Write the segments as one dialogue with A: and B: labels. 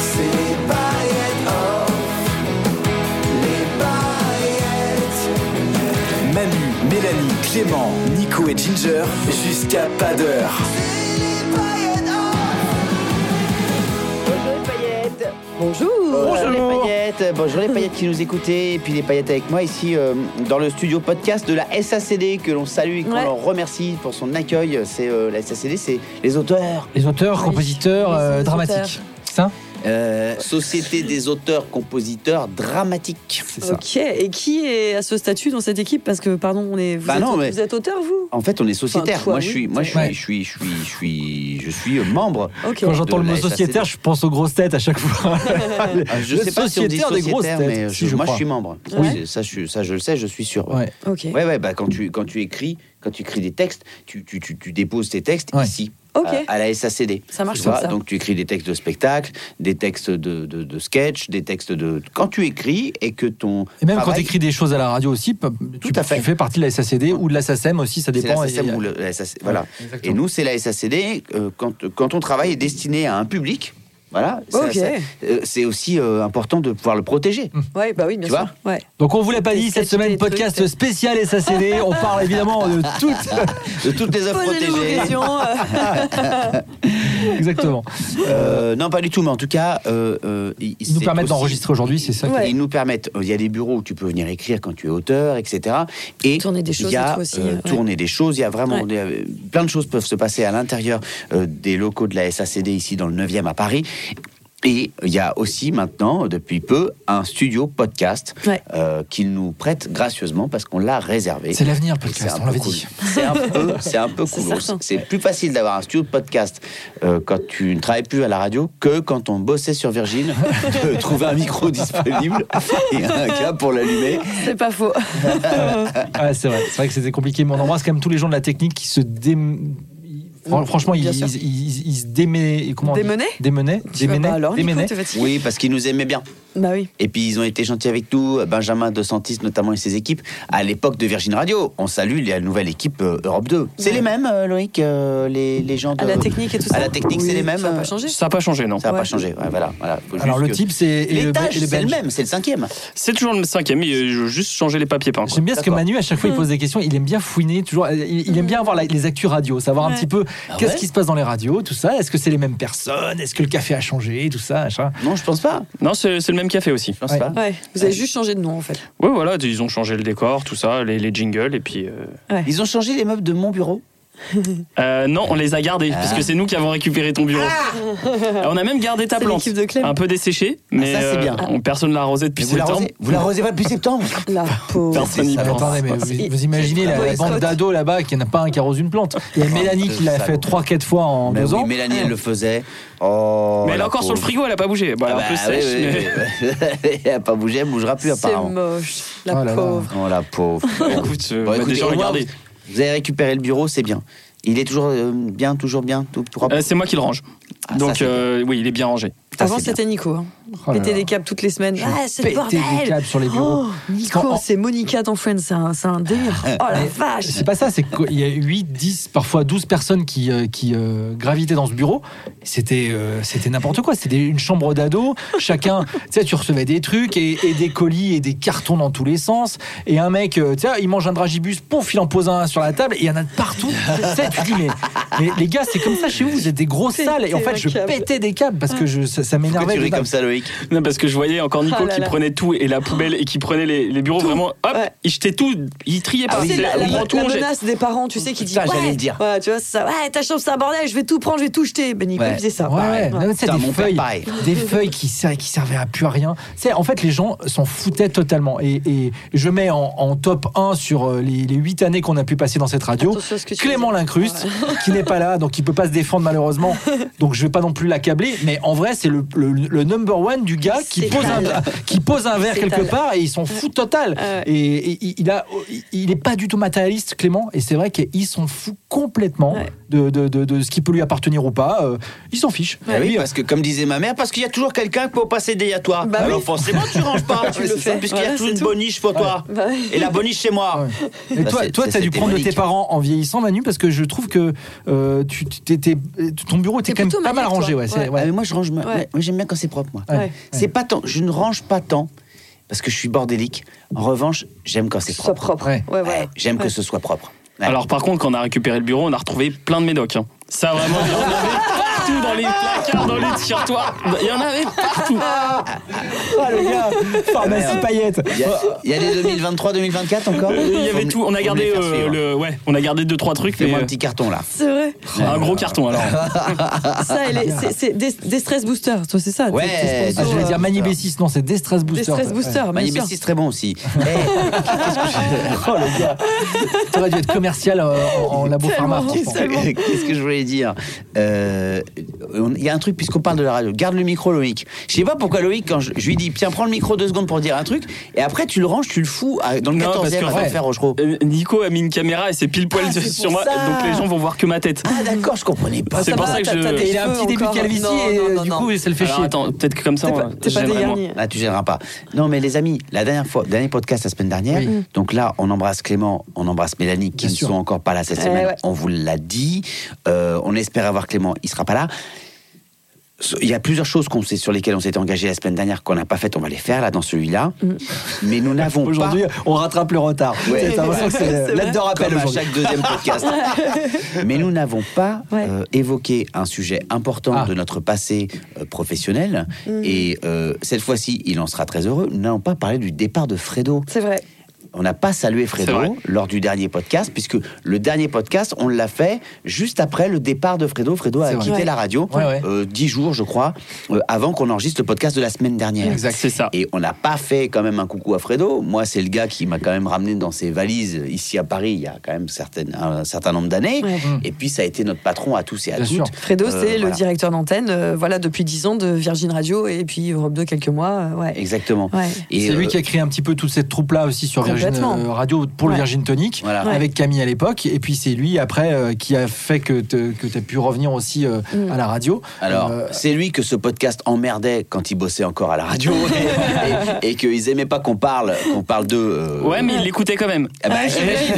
A: C'est Paillettes Off. Les Paillettes. Manu, Mélanie, Clément, Nico et Ginger, jusqu'à pas d'heure.
B: Bonjour les paillettes Bonjour Bonjour Euh, les paillettes Bonjour les paillettes qui nous écoutez et puis les paillettes avec moi ici euh, dans le studio podcast de la SACD que l'on salue et qu'on
C: Ouais.
B: leur remercie pour son accueil. C'est euh, la SACD, c'est les auteurs.
D: Les auteurs, compositeurs,
C: Les
D: euh,
C: auteurs.
D: dramatiques. C'est ça
B: Euh, Société des auteurs compositeurs dramatiques.
D: C'est ça.
C: Ok, et qui est à ce statut dans cette équipe Parce que, pardon, on est. Vous,
B: Bah
C: êtes,
B: non, mais-
C: vous êtes auteur, vous
B: En fait, on est sociétaire.
C: Enfin, toi,
B: moi, je
C: oui.
B: suis, moi, je suis,
D: Ouais.
B: je suis, je suis, je suis, je suis euh, membre.
C: Ok.
D: Quand j'entends
B: de
D: le mot
B: la SACD.
D: sociétaire, je pense aux grosses têtes à chaque fois.
B: Ah, Je
D: Le
B: sais pas si on dit
D: sociétaire des grosses
B: sociétaire, mais euh,
D: têtes,
B: je-
D: si, je
B: moi, je
D: crois.
B: suis membre.
C: Oui.
B: C'est- Ça, je, suis- ça, je le sais, je suis sûr. ouais.
D: Ouais.
C: Ok.
B: Ouais, ouais, bah quand tu, quand tu écris, quand tu écris des textes, tu, tu, tu, tu déposes tes textes
D: Ouais.
B: ici,
C: Ok.
B: à, à la SACD.
C: Ça marche
B: Tu
C: comme
B: vois,
C: ça.
B: Donc tu écris des textes de spectacle, des textes de, de, de sketch, des textes de. Quand tu écris et que ton.
D: Et même quand
B: travail-
D: tu écris des choses à la radio aussi, pa- tu,
B: à fait.
D: tu fais partie de la SACD ou de la SACEM aussi, ça
B: C'est la
D: dépend. euh,
B: SACM ou le- la SAC Voilà. Et nous, c'est la SACD. euh, quand, quand ton travail est destiné à un public, voilà, ça-
C: Ok.
B: ça- euh, c'est aussi euh, important de pouvoir le protéger.
C: Ouais, bah oui, bien
B: Tu
C: sûr. Ouais.
D: Donc on vous l'a pas
C: Des
D: dit, cette
C: sketchs, des
D: semaine,
C: trucs,
D: podcast
C: des-
D: spécial SACD. On parle évidemment de toutes.
B: De toutes les œuvres
C: Posez-nous vos
B: protégées.
C: questions. euh,
D: Exactement.
B: Euh, non, pas du tout, mais en tout cas, euh, euh, ils
D: Ils nous
B: c'est
D: permettent
B: possible.
D: d'enregistrer aujourd'hui, c'est ça qui-
C: Ouais.
B: Ils nous permettent. Il y a des bureaux où tu peux venir écrire quand tu es auteur, etc. Et
C: Tourner des choses
B: il y
C: et
B: a euh,
C: tout aussi, ouais.
B: tourner des choses. Il y a vraiment
C: Ouais.
B: des- euh, plein de choses peuvent se passer à l'intérieur euh, des locaux de la SACD ici dans le 9e à Paris. Et il y a aussi maintenant, depuis peu, un studio podcast
C: Ouais.
B: euh, qu'ils nous prêtent gracieusement parce qu'on l'a réservé.
D: C'est l'avenir,
B: Et c'est
D: podcast,
B: un
D: on
B: peu
D: l'avait
B: cool.
D: dit.
B: C'est un peu, c'est un peu
C: C'est
B: cool.
C: certain.
B: C'est plus facile d'avoir un studio de podcast euh, quand tu ne travailles plus à la radio que quand on bossait sur Virgin, de trouver un micro disponible et un câble pour l'allumer.
C: C'est pas faux.
D: Ouais, c'est vrai. C'est vrai que c'était compliqué, mais on embrasse quand même tous les gens de la technique qui se dé... Fran- Franchement, ils,
C: Bien sûr.
D: ils, ils- ils se démé... comment on dit
C: Démenaient
D: Démenaient
C: Tu vas
D: Démenaient
C: pas alors, Nico,
D: Démenaient.
C: t'es fatigué
B: Oui, parce qu'ils nous aimaient bien.
C: Bah oui.
B: Et puis ils ont été gentils avec nous, Benjamin De Santis notamment et ses équipes, à l'époque de Virgin Radio. On salue la nouvelle équipe euh, Europe 2. C'est les mêmes, euh, Loïc, euh, les, les gens de...
C: À la technique et tout ça.
B: À la technique,
C: Oui,
B: c'est les mêmes.
C: Ça n'a
B: euh,
C: pas changé.
E: Ça n'a pas changé, non.
B: Ça n'a
C: Ouais.
B: pas changé, ouais, voilà. voilà. Faut
D: Alors
B: juste
D: le
B: que-
D: type, c'est et le-
B: L'étage,
D: et le
B: c'est le
D: bench.
B: même, c'est le cinquième.
E: C'est toujours le cinquième, mais euh, je veux juste changer les papiers peints. quoi.
D: J'aime bien ce que
B: D'accord.
D: Manu, à chaque fois, il pose des questions. Il aime bien fouiner, toujours. Euh, Il, il aime bien avoir la- les actus radio, savoir
C: Ouais.
D: un petit peu
B: Ah
D: qu'est-ce
B: ouais
D: qui se passe dans les radios, tout ça. Est-ce que c'est les mêmes personnes Est-ce que le café a changé Tout ça, machin.
B: Non, je pense pas.
E: Non, c'est c'est le même café aussi.
B: Je pense
D: Ouais.
B: pas.
C: Ouais, vous avez juste changé de nom en fait.
E: Ouais, voilà, ils ont changé le décor, tout ça, les, les jingles, et puis. euh,
B: Ils ont changé les meubles de mon bureau.
E: euh, non, on les a gardés, parce
B: Ah.
E: que c'est nous qui avons récupéré ton bureau. Euh, on a même gardé ta
C: C'est
E: plante.
C: l'équipe de Clem.
E: Un peu desséchée, mais
B: Ah,
E: euh,
B: ça, c'est bien.
E: on, personne l'a arrosée depuis
B: Mais vous
E: septembre.
B: l'arrosez, vous l'arrosez pas depuis septembre
C: La pauvre.
E: Personne n'y
D: Ah, mais
E: pense.
D: attendez, mais
C: Il-
D: vous, vous imaginez la,
C: il-
D: la
C: il-
D: bande
C: Scott.
D: d'ados là-bas qui n'a pas un qui arrose une plante. Il y a
B: Ah,
D: Mélanie qui l'a fait 3-4 fois en
B: Bah
D: 2
B: oui,
D: ans.
B: Mélanie, elle le faisait. Oh,
E: Mais elle est
B: la
E: encore sur le
B: pauvre.
E: frigo, elle a pas bougé. Bon, elle est
B: Ah
E: un peu
B: bah,
E: sèche,
B: oui,
E: mais-
B: oui, oui. elle a pas bougé, elle bougera plus
C: C'est
B: apparemment.
C: moche. La
D: Oh là là.
C: pauvre.
B: Oh la pauvre.
E: Écoute, euh,
B: Bon,
E: on a
B: écoutez,
E: déjà
B: au revoir.
E: regardé.
B: Vous avez récupéré le bureau, c'est bien. Il est toujours euh, bien, toujours bien, tout propre.
E: Euh, c'est moi qui le range.
B: Ah, ça,
E: Donc,
B: c'est
E: euh, oui, il est bien rangé.
B: Ça,
C: Avant
B: c'est bien.
C: c'était Nico. Hein.
D: Oh là
C: Péter
D: là.
C: des câbles toutes les semaines.
D: Je
C: Ah, c'est le
D: pétais
C: bordel.
D: des câbles sur les bureaux.
C: Oh,
D: Parce
C: Nico,
D: qu'en-
C: c'est Monica dans Friends, c'est un, c'est un délire. Oh la vache.
D: C'est pas ça, c'est qu'il y a 8, 10, parfois 12 personnes qui, euh, qui euh, gravitaient dans ce bureau. C'était euh, c'était n'importe quoi. C'était une chambre d'ado. Chacun, tu sais, tu recevais des trucs et, et des colis et des cartons dans tous les sens. Et un mec, euh, tu sais, il mange un dragibus, pouf, il en pose un sur la table et il y en a de partout. Tu sais, tu te dis, mais, mais les gars, c'est comme ça chez vous, vous êtes des grosses salles. Et en fait, je
C: Péter un câble.
D: pétais des câbles parce que je, ça, ça
B: Pourquoi
D: m'énervait.
B: tu
D: de
B: ris
D: dingue.
B: comme ça, Loïc logique.
E: Non, parce que je voyais encore Nico
C: Ah là
E: qui
C: là.
E: prenait tout et la poubelle et qui prenait les, les bureaux vraiment. Hop,
C: Ouais.
E: il jetait tout, il triait
C: Ah,
E: pas.
C: c'est
E: C'est-
C: la,
E: on
C: la-
E: prend tout,
C: la
E: on jette.
C: menace des parents, tu sais, qui disent
B: Putain, j'allais
C: ouais,
B: le dire.
C: ouais, tu vois, c'est ça. Ouais, ta chambre, c'est un bordel, je vais tout prendre, je vais tout jeter. Ben, Nico,
B: Ouais.
C: il faisait ça.
D: Ouais, ouais. Non, mais c'est
B: Putain,
D: des
B: mon père,
D: feuilles,
B: pareil.
D: des feuilles qui, ser- qui servaient à plus à rien. C'est en fait les gens s'en foutaient totalement. Et, et je mets en, en top 1 sur euh, les, les 8 années qu'on a pu passer dans cette radio.
C: Attention à ce que tu
D: Clément
C: dis.
D: Lincruste, qui n'est pas là, donc il peut pas se défendre malheureusement. Donc je vais pas non plus l'accabler, mais en vrai c'est le, le- le number one du gars qui
C: C'est
D: pose, un,
C: tal.
D: qui pose un verre
C: C'est
D: quelque
C: tal.
D: part et ils s'en foutent total.
C: Ouais.
D: Et, et il- il a, il est pas du tout matérialiste Clément, et c'est vrai qu'ils s'en fout complètement
C: Ouais.
D: de, de- de- de ce qui peut lui appartenir ou pas. Euh, il s'en fiche.
B: Ah oui, parce que comme disait ma mère, parce qu'il y a toujours quelqu'un pour passer des à toi.
C: Bah
B: Alors
C: oui.
B: forcément, tu ranges pas,
C: le
B: C'est
C: fais.
B: ça, puisqu'il y a
C: Voilà,
B: toujours
C: c'est
B: une
C: tout.
B: boniche pour toi.
C: Bah oui.
B: Et la boniche chez moi.
D: Et
B: Bah,
D: toi,
B: c'est-
D: toi,
B: c'est-
D: t'as dû
B: c'était
D: prendre de tes
B: démonique.
D: parents en vieillissant, Manu, parce que je trouve que euh, tu, tu- t'étais- ton bureau était
C: T'es
D: quand même
C: plutôt
D: pas mal
C: maniaque,
D: rangé.
C: toi.
D: Ouais, c'est-
C: Ouais.
D: ouais.
B: Ah, mais moi, je range. ma-
C: Ouais.
B: ouais, Moi, j'aime bien quand c'est propre, moi.
D: Ouais.
C: Ouais.
B: C'est pas tant. Je ne range pas tant parce que je suis bordélique. En revanche, j'aime quand c'est
C: Sois
B: propre.
C: propre.
D: Ouais.
C: Ouais, ouais.
B: Ouais, J'aime que
C: Ouais.
B: ce soit propre. Ouais.
E: Alors par contre, quand on a récupéré le bureau, on a retrouvé plein de médocs. hein. Ça vraiment, il y en avait partout dans les placards, dans les tiroirs. Il y en avait partout.
D: Ah, le gars, pharmacie paillette. Ah,
B: il y, a, il y a des 2023-2024 encore.
E: Euh, Il y avait
B: Faut
E: tout.
B: me-
E: On
B: faut
E: a
B: me
E: gardé
B: les faire
E: euh,
B: suivre.
E: le, ouais, on a gardé deux trois trucs, mais
B: Fais-moi un
E: euh,
B: petit carton là.
C: C'est vrai.
E: un gros carton alors.
C: Ça, et les- c'est- c'est des, des stress boosters, toi, c'est ça
B: Ouais,
C: tes- tes
B: des
D: Ah,
C: sponsors,
D: je vais
C: euh,
D: dire Mani B6, non, c'est Destress Booster.
C: Des stress boosters, bien
B: Magnifique,
C: sûr.
B: c'est très bon aussi. Eh,
D: Oh, le gars. T'aurais dû être commercial euh, en, en labo
C: Tellement,
D: pharma. franchement.
C: tellement.
B: Eh, Qu'est-ce que je voulais dire Euh, on- Il y a un truc, puisqu'on parle de la radio, garde le micro, Loïc. Je sais pas pourquoi Loïc, quand je, je lui dis, tiens, prends le micro deux secondes pour dire un truc, et après tu le ranges, tu le fous à- dans le
E: Non, parce
B: 14e
E: que-
B: à
E: ouais.
B: faire Rochereau.
E: Euh, Nico a mis une caméra et c'est pile poil
C: Ah, c'est
E: sur
C: pour
E: moi,
C: ça.
E: donc les gens vont voir que ma tête.
B: Ah d'accord, je comprenais pas.
E: C'est
C: ça
E: pour
C: va,
E: ça que
C: t'as-
E: je-
C: t'as tes
D: Et il a un
C: cheveux
D: petit début de
C: encore.
D: calvitie
C: Non,
D: et
C: non,
D: euh,
C: non,
D: du
C: non.
D: coup, ça le fait
E: Alors
D: chier.
E: attends, peut-être que comme ça,
C: T'es
E: on-
C: pas- t'es pas
E: j'aimerais moins.
C: dégarni.
B: Là, Ah, tu gêneras pas. Non, mais les amis, la dernière fois, dernier podcast la semaine dernière.
D: Oui.
B: Donc là, on embrasse Clément, on embrasse Mélanie, qui
D: Mm. Bien
B: ne
D: sûr.
B: sont encore pas là cette
C: Eh
B: semaine.
C: ouais.
B: On vous l'a dit. Euh, on espère avoir Clément, il sera pas là. Il y a plusieurs choses qu'on sait sur lesquelles on s'était engagé la semaine dernière qu'on n'a pas faites, on va les faire là dans celui-là. Mais nous n'avons pas.
D: Bah, Aujourd'hui, on rattrape le retard.
B: Ouais.
D: T'as l'impression que c'est
C: C'est
D: l'aide de rappel
B: Comme à
D: aujourd'hui.
B: chaque deuxième podcast. Mais nous n'avons pas
C: Ouais.
B: euh, évoqué un sujet important
D: Ah.
B: de notre passé euh, professionnel. Et euh, cette fois-ci, il en sera très heureux. Nous n'avons pas parlé du départ de Fredo.
C: C'est vrai.
B: On n'a pas salué
E: C'est vrai.
B: Fredo lors du dernier podcast, puisque le dernier podcast, on l'a fait juste après le départ de Fredo. Fredo a
D: C'est vrai.
B: quitté
C: Ouais.
B: la radio
D: Ouais, ouais.
B: euh, dix jours, je crois, euh, avant qu'on enregistre le podcast de la semaine dernière.
E: Exact, c'est
C: Ah.
E: ça.
B: Et on n'a pas fait quand même un coucou à Fredo. Moi, c'est le gars qui m'a quand même ramené dans ses valises ici à Paris il y a quand même certaines- un certain nombre d'années.
C: Ouais.
B: Et puis, ça a été notre patron à tous et à
D: Mmh. Bien
B: toutes.
D: sûr.
C: Fredo,
B: Euh,
C: c'est le
B: voilà.
C: directeur d'antenne, euh, voilà, depuis 10 ans de Virgin Radio et puis Europe 2 quelques mois. euh, ouais.
B: Exactement.
C: Ouais.
B: Et,
D: C'est lui
B: euh,
D: qui a créé un petit peu toute cette troupe-là aussi sur Virgin
C: Complètement.
D: euh, Radio pour le
C: Ouais.
D: Virgin Tonic,
B: Voilà.
C: Ouais.
D: avec Camille à l'époque. Et puis c'est lui après euh, qui a fait que tu as pu revenir aussi euh, à la radio.
B: Alors,
D: Euh,
B: c'est lui que ce podcast emmerdait quand il bossait encore à la radio et, et- et qu'ils aimaient pas qu'on parle, qu'on parle d'eux. euh,
E: Ouais, mais il l'écoutait quand même.
B: Ah bah, j'imagine.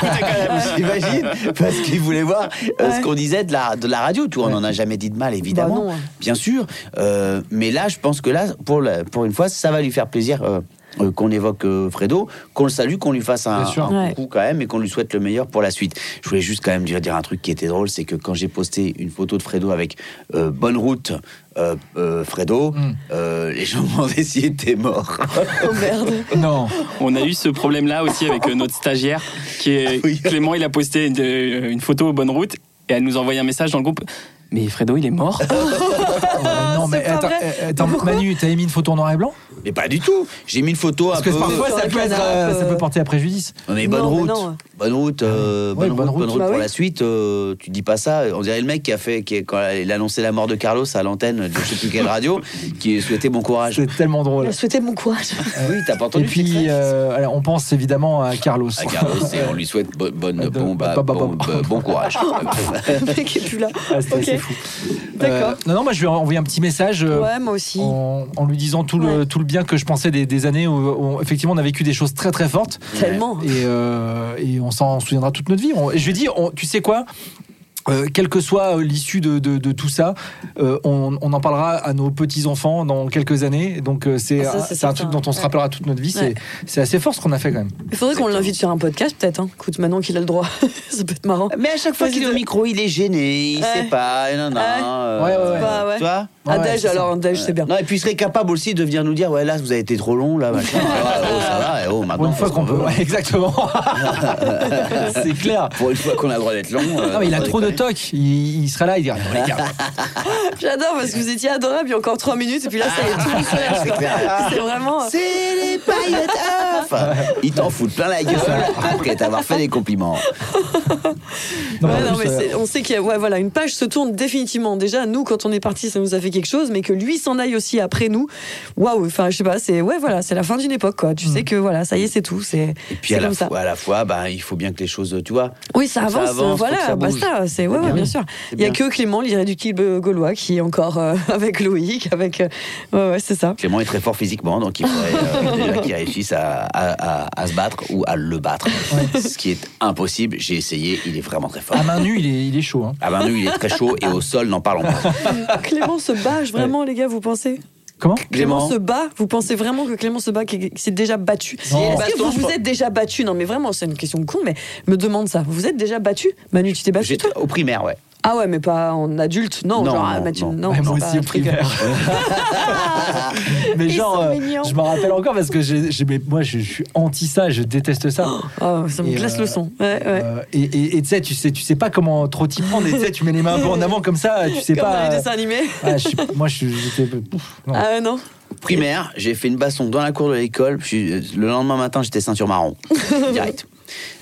B: J'imagine, parce qu'il voulait voir euh, ce
C: Euh, Ouais.
B: qu'on disait de la, de la radio. Tout, on n'en a jamais dit de mal, évidemment,
C: Bah non.
B: bien sûr. Euh, mais là, je pense que là, pour, la- pour une fois, ça va lui faire plaisir euh, euh, qu'on évoque euh, Fredo, qu'on le salue, qu'on lui fasse un,
D: Bien sûr.
B: un
C: Ouais.
B: coucou quand même et qu'on lui souhaite le meilleur pour la suite. Je voulais juste quand même dire, dire un truc qui était drôle, c'est que quand j'ai posté une photo de Fredo avec euh, Bonne route, euh, euh, Fredo,
D: Mm.
B: euh, les gens m'ont demandé s'il était mort.
C: Oh merde.
D: non.
E: On a eu ce problème-là aussi avec euh, notre stagiaire, qui est
B: oui.
E: Clément. Il a posté une, euh, une photo aux bonnes routes et elle nous a envoyé un message dans le groupe. Mais Fredo, il est mort.
D: Euh, non,
C: c'est
D: mais
C: pas
D: attends,
C: vrai.
D: euh, attends, Manu, t'as émis une photo en noir et blanc
B: Mais pas du tout. J'ai mis une photo
D: Parce que
B: un peu.
D: parfois ça
C: Sur
D: peut,
C: un
D: être,
C: canapé,
D: euh, ça
C: euh,
D: peut porter à préjudice.
B: Non, mais
C: Non,
B: bonne
C: mais
B: route,
C: non.
B: bonne route, euh,
D: Ouais,
B: bonne,
D: bonne
B: route, bonne
D: route.
B: route
C: Bah
B: pour
C: oui.
B: la suite. euh, tu dis pas ça. On dirait le mec qui a fait qui, quand il a annoncé la mort de Carlos à l'antenne de je sais plus quelle radio, qui souhaitait bon courage.
D: C'est tellement drôle.
C: Je souhaitais bon courage.
B: Oui, t'as pas
D: Et
B: entendu. cet
D: puis,
B: extrait
D: euh, alors, on pense évidemment à Carlos.
B: À Carlos, et on lui souhaite bo- bonne,
D: De-
B: bon, bah,
D: bah, bah,
B: bon,
D: bah.
B: bah, bon courage.
C: Le mec est plus là.
D: Ah, c'était
C: Ok.
D: assez fou.
C: D'accord.
D: Euh, non, non, moi je lui ai envoyé un petit message. euh,
C: Ouais, moi aussi.
D: En, en lui disant tout, le,
C: Ouais.
D: tout le bien que je pensais des, des années où, où, effectivement on a vécu des choses très très fortes
C: Tellement.
D: et, euh, et on s'en souviendra toute notre vie. On- et je lui ai dit, on- tu sais quoi euh, quelle que soit euh, l'issue de, de- de tout ça, euh, on, on en parlera à nos petits-enfants dans quelques années. Donc euh, c'est
C: Ah, ça,
D: un-
C: c'est
D: c'est un
C: certain.
D: truc dont on se
C: Ouais.
D: rappellera toute notre vie. C'est-
C: Ouais.
D: C'est assez fort ce qu'on a fait quand même.
C: Il faudrait qu'on l'invite sur un podcast, peut-être. hein. Écoute, maintenant qu'il a le droit, ça peut être marrant.
B: Mais à chaque fois
C: Vas-y,
B: qu'il est au
C: de-
B: micro, il est gêné, il
C: Ouais.
B: sait pas. Non, non.
C: Ouais.
B: euh,
D: Ouais, ouais, ouais.
C: Bah, ouais.
B: Tu vois
C: Un
D: Ouais,
C: Dej,
D: c'est ça.
C: alors, un Dej, c'est bien.
B: Non, et puis il serait capable aussi de venir nous dire Ouais, là, vous avez été trop long, là, machin. Ah, ouais, oh, ça va, et oh, maintenant.
D: Pour une fois
B: on
D: qu'on peut.
B: veut.
D: Ouais, exactement. c'est clair.
B: Pour une fois qu'on a le droit d'être long. euh,
D: Non, mais il a
B: faut
D: trop de toc. Il, il sera là, il dira Non, les gars,
C: J'adore parce que vous étiez adorables il y a encore trois minutes, et puis là, ça y est, tout le monde se lève.
B: C'est clair.
C: C'est vraiment.
B: C'est les paillettes off Ils t'en foutent plein la gueule après t'avoir fait des compliments.
D: Non,
C: Ouais,
D: en
C: non,
D: plus,
C: mais
D: euh,
C: c'est- on sait qu'il y a, ouais, voilà, une page se tourne définitivement. Déjà, nous, quand on est parti, ça nous a fait quelque chose, mais que lui s'en aille aussi après nous. Waouh, enfin, je sais pas, c'est ouais, voilà, c'est la fin d'une époque, quoi. Tu sais que voilà, ça y est, c'est tout. C'est
B: Mm. Et puis
C: c'est
B: à la,
C: comme ça.
B: fois, à la fois, bah, il faut bien que les choses, tu vois.
C: Oui, ça avance,
B: avance, faut
C: voilà,
B: que ça
C: bah
B: bouge.
C: ça, c'est ouais, ouais, bien,
B: bien.
C: sûr. Il y a
B: bien.
C: que Clément, l'irréductible gaulois, qui est encore euh, avec Loïc, avec euh, ouais, ouais, c'est ça.
B: Clément est très fort physiquement, donc il faudrait euh, déjà qu'il réussisse à, à- à- à se battre ou à le battre. Ce qui est impossible, j'ai essayé, il est vraiment très
C: Ah
B: fort.
C: bah.
D: à main nue, il est, il est chaud. hein.
B: À main nue, il est très chaud et au sol, n'en parlons pas.
C: Clément se bat, vraiment, les gars, vous pensez
D: Comment
C: Clément
B: Clément,
C: se bat Vous pensez vraiment que Clément se bat, qui qui s'est déjà battu
D: Non.
C: Est-ce que
B: Baston,
C: vous
B: je
C: vous
B: pense-
C: êtes déjà battu Non, mais vraiment, c'est une question con, mais je me demande ça. Vous vous êtes déjà battu Manu, tu t'es battu
B: j'étais
C: toi
B: au primaire, ouais.
C: Ah ouais, mais pas en adulte, non,
B: Non,
C: genre,
B: non,
C: ah, Mathieu,
B: non.
C: non,
D: Ouais, moi
C: c'est pas
D: aussi
C: un
D: au
C: truc,
D: primaire. mais
C: Ils
D: genre,
C: sont
D: euh,
C: mignons.
D: je m'en rappelle encore parce que j'ai- j'ai- mais moi je, je suis anti ça, je déteste ça.
C: euh, oh, ça me
D: Et,
C: glace
D: euh,
C: le son. Ouais, ouais.
D: Euh, et- et et tu sais, tu sais, tu sais pas comment trop t'y prendre. Et tu sais, tu mets les mains un peu en avant comme ça, tu sais
C: Comme dans
D: pas.
C: les
D: euh,
C: dessins animés.
D: ouais, je suis- moi, je suis- j'étais. pouf, non.
C: Ah ouais, non
B: Primaire, j'ai fait une baston dans la cour de l'école. puis Le lendemain matin, j'étais ceinture marron. Direct.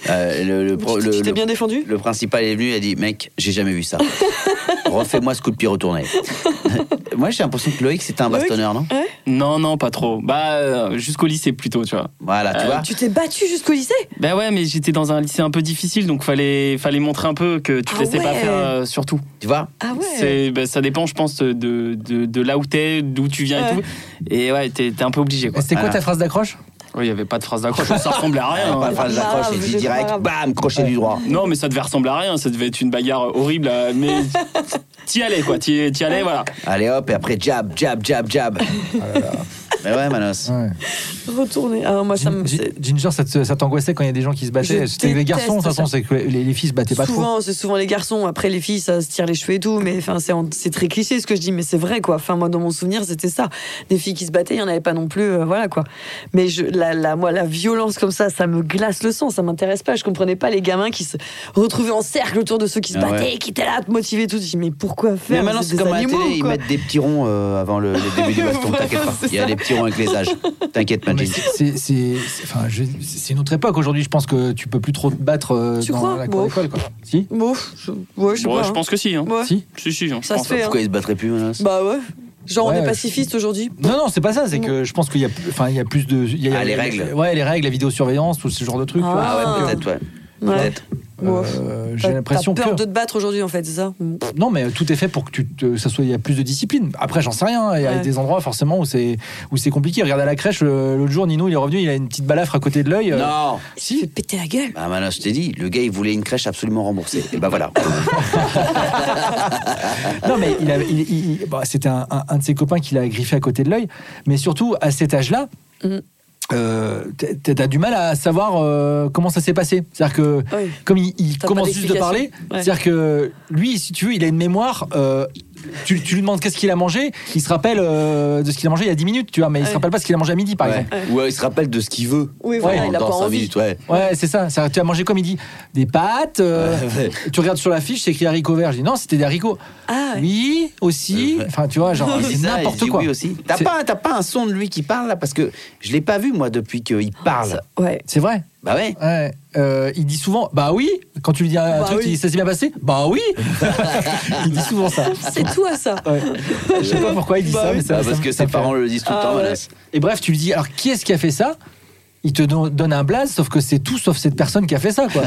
B: Euh, le, le pro-
C: Tu
B: le-
C: tu t'es
B: le-
C: bien défendu
B: Le principal est venu et a dit Mec, j'ai jamais vu ça. Refais-moi ce coup de pied retourné. Moi, j'ai l'impression que Loïc, c'était un
C: Loïc
B: bastonneur, non
E: Non, non, pas trop. Bah, euh, jusqu'au lycée plutôt, tu vois.
B: Voilà, tu
E: Euh,
B: vois.
C: Tu t'es battu jusqu'au lycée
E: Bah ouais, mais j'étais dans un lycée un peu difficile, donc fallait, fallait montrer un peu que tu te
C: Ah
E: laissais pas
C: ouais.
E: faire euh, surtout.
B: Tu vois
C: Ah ouais
E: C'est- bah, ça dépend, je pense, de, de, de là où t'es, d'où tu viens et
C: Ouais.
E: tout. Et ouais, t'es t'es un peu obligé, quoi.
D: C'était quoi ta phrase d'accroche
E: Il y avait pas de phrase d'accroche, ça ressemblait à rien. hein.
B: Pas de phrase d'accroche,
C: grave,
B: j'ai
C: c'est
B: dit
C: pas
B: direct
C: grave.
B: Bam, crochet du droit.
E: Non, mais ça devait ressembler à rien, ça devait être une bagarre horrible, euh, mais t'y allais, quoi. T'y t'y allais, voilà.
B: Allez hop, et après, jab, jab, jab, jab. Oh Mais ouais, Manos.
D: Ouais.
C: Retourner. Ah, moi, ça me.
D: Gin- Ginger, ça te- ça t'angoissait quand il y a des gens qui se
C: Je
D: battaient. C'était les
C: déteste
D: garçons, de toute façon,
C: ça.
D: c'est que les, les filles se battaient pas trop.
C: Souvent, c'est souvent les garçons. Après, les filles, ça se tire les cheveux et tout. Mais enfin, c'est en- c'est très cliché ce que je dis, mais c'est vrai quoi. Enfin, moi, dans mon souvenir, c'était ça. Des filles qui se battaient, il y en avait pas non plus. euh, voilà quoi. Mais je, la, la, moi, la violence comme ça, ça me glace le sang. Ça m'intéresse pas. Je comprenais pas les gamins qui se retrouvaient en cercle autour de ceux qui se
B: Ah ouais.
C: battaient, qui étaient là, motivés et tout. Je dis, mais pourquoi faire
B: Mais maintenant,
C: Vous
B: c'est
C: êtes des
B: comme à la
C: animaux,
B: télé, ils
C: quoi.
B: mettent des petits ronds euh, avant le, le début du baston,
C: Voilà,
B: t'inquiète pas.
C: c'est
B: Il y a
C: ça.
B: des petits ronds avec les âges. T'inquiète,
D: Non, mais
B: Magic.
D: c'est- c'est- C'est c'est- enfin, je- c'est une autre époque. Aujourd'hui, je pense que tu peux plus trop te battre euh,
C: Tu
D: dans
C: crois
D: la cour
C: Bon.
D: d'école. quoi. Si
C: Bon, je, ouais, je sais
E: Bon,
C: pas.
E: je
C: hein.
E: pense que si. Hein.
C: Ouais.
D: Si
E: Si, si, hein, je
C: Ça se
E: pense.
C: fait. hein.
B: Pourquoi ils se battraient plus, Manos
C: Bah ouais. Genre,
D: Ouais,
C: on est
D: je-
C: pacifiste aujourd'hui.
D: Non, non, c'est pas ça. C'est que je pense qu'il y a, plus- enfin, il y a plus de. il y a-
B: Ah, les règles.
D: Ouais, les règles, la vidéosurveillance, tout ce genre de trucs. tu vois.
B: Ah ouais,
C: Ah.
B: peut-être, ouais.
C: Ouais.
B: Peut-être.
C: Ouais.
D: Euh,
C: T'as-
D: J'ai l'impression
C: T'as
D: que.
C: peur de te battre aujourd'hui, en fait, c'est ça
D: Non, mais euh, tout est fait pour que tu te- ça soit il y a plus de discipline. Après, j'en sais rien. Il y a
C: Ouais.
D: des endroits forcément où c'est où c'est compliqué. Regarde à la crèche euh, l'autre jour, Nino il est revenu, il a une petite balafre à côté de l'œil. euh,
B: Non
C: Tu fais péter la gueule.
B: Bah Manos, je t'ai dit, le gars il voulait une crèche absolument remboursée. Et bah voilà.
D: Non, mais il avait- il- il- il- bah, c'était un, un- un de ses copains qui l'a griffé à côté de l'œil. Mais surtout, à cet âge-là,
C: Mhm.
D: euh, t'as- t'as du mal à savoir euh, comment ça s'est passé. C'est-à-dire que,
C: Oui.
D: comme il, il
C: T'as
D: commence
C: pas
D: juste de parler,
C: d'explication. Ouais.
D: c'est-à-dire que lui, si tu veux, il a une mémoire. euh, tu, tu lui demandes qu'est-ce qu'il a mangé, il se rappelle euh, de ce qu'il a mangé il y a 10 minutes, tu vois, mais il se
C: Ouais.
D: rappelle pas ce qu'il a mangé à midi, par exemple.
B: Ou alors, il se rappelle de ce qu'il veut.
C: Oui, voilà,
B: Dans-
C: il a
B: dans
C: pas
B: cinq
C: envie.
B: minutes, ouais.
D: Ouais, c'est ça. ça. Tu as mangé comme il dit des pâtes. euh,
B: Ouais.
D: Tu regardes sur la fiche, c'est écrit haricots verts. Je dis non, c'était des haricots.
C: Ah, ouais.
D: Oui, aussi. Enfin, tu vois, genre,
B: Il
D: Ah, c'est
B: dit ça, il
D: n'importe
B: dit
D: quoi.
B: oui aussi. T'as
D: C'est-
B: pas, t'as pas un son de lui qui parle là Parce que je l'ai pas vu moi depuis qu'il
D: Ah,
B: parle.
C: Ouais.
D: C'est vrai.
B: Bah ouais.
D: Ouais. Euh, il dit souvent, bah oui. Quand tu lui dis un
C: Bah
D: truc,
C: oui.
D: il dit, ça s'est bien passé. Bah oui. il dit souvent ça.
C: C'est toi, ça.
D: Ouais. Je sais pas pourquoi il dit
C: Bah
D: ça,
C: oui.
D: mais ça,
B: Bah,
D: ça
B: parce
D: me-
B: que
D: ça
B: ses
D: me fait
B: parents
D: rire.
B: le disent tout le
C: Ah
B: temps.
C: ouais.
B: Manos.
D: Et bref, tu lui dis, alors qui est-ce qui a fait ça il te don- donne un blaze, sauf que c'est tout sauf cette personne qui a fait ça, quoi.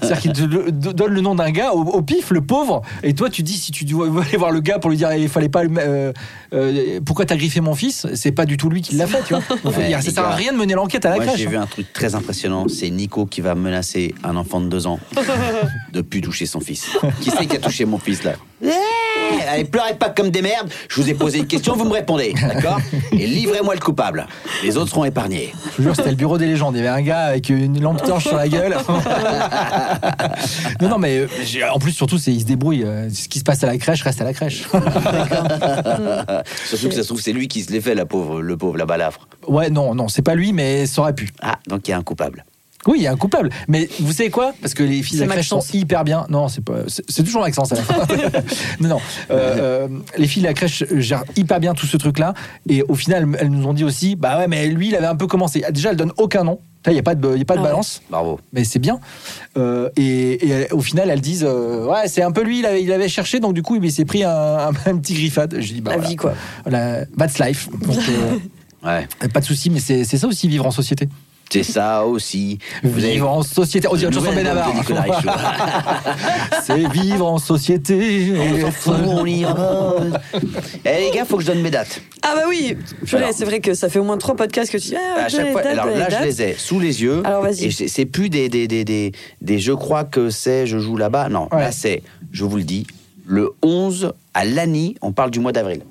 D: C'est-à-dire qu'il te le- do- donne le nom d'un gars au, au pif, le pauvre, et toi, tu dis, si tu dois aller voir le gars pour lui dire, eh, il fallait pas. le- euh, euh, pourquoi t'as griffé mon fils C'est pas du tout lui qui l'a fait, tu vois. Donc,
B: Ouais,
D: il y a- ça
B: les
D: sert à
B: gars.
D: rien de mener l'enquête à la
B: Moi,
D: clash. hein.
B: j'ai vu un truc très impressionnant. C'est Nico qui va menacer un enfant de deux ans de plus toucher son fils. Qui c'est qui a touché mon fils là Eh Allez, pleurez pas comme des merdes. Je vous ai posé une question, vous me répondez, d'accord Et livrez-moi le coupable. Les autres seront épargnés.
D: Je vous jure, c'était le bureau des légendes. Il y avait un gars avec une lampe torche sur la gueule. non, non, mais euh, j'ai- en plus, surtout, c'est il se débrouille. euh, Ce qui se passe à la crèche reste à la crèche.
B: Surtout que ça se trouve, c'est lui qui se l'est fait, la pauvre, le pauvre, la balafre.
D: Ouais, non, non, c'est pas lui, mais ça aurait pu.
B: Ah, donc il y a un coupable.
D: Oui, il y a un coupable. Mais vous savez quoi Parce que les filles de
C: C'est
D: la crèche sont
C: Maxence.
D: hyper bien. Non, c'est pas. C'est c'est toujours Maxence. à la fin. non, non. Euh, euh, les filles de la crèche gèrent hyper bien tout ce truc-là. Et au final, elles nous ont dit aussi, bah ouais, mais lui, il avait un peu commencé. Ah, Déjà, elle donne aucun nom. Là, il n'y a pas de, il y a pas de
C: Ah ouais.
D: balance.
B: Bravo.
D: mais c'est bien. Euh, et, et au final, elles disent euh, Ouais, c'est un peu lui, il avait, il avait cherché, donc du coup, il s'est pris un, un- un petit griffade. Je dis bah,
C: La
D: voilà.
C: vie, quoi.
D: La, that's life. Donc, euh,
B: Ouais.
D: pas de souci, mais c'est c'est ça aussi, vivre en société.
B: C'est ça aussi.
D: Vivre en société. On dit autre chose en
B: Nouvelle
D: Benabar.
B: album de Nicolas Richaud.
D: hein. C'est vivre en société.
B: On s'en fout, on y rose. oh. Eh les gars, faut que je donne mes dates.
C: Ah bah oui, Purée,
B: Alors.
C: c'est vrai que ça fait au moins trois podcasts que tu dis. Ah,
B: À chaque fois, alors là, je les ai sous les yeux.
C: Alors, vas-y.
B: Et c'est c'est plus des, des, des, des, des je crois que c'est, je joue là-bas. Non,
D: Ouais.
B: là, c'est, je vous le dis, le 11 à Lani, on parle du mois d'avril.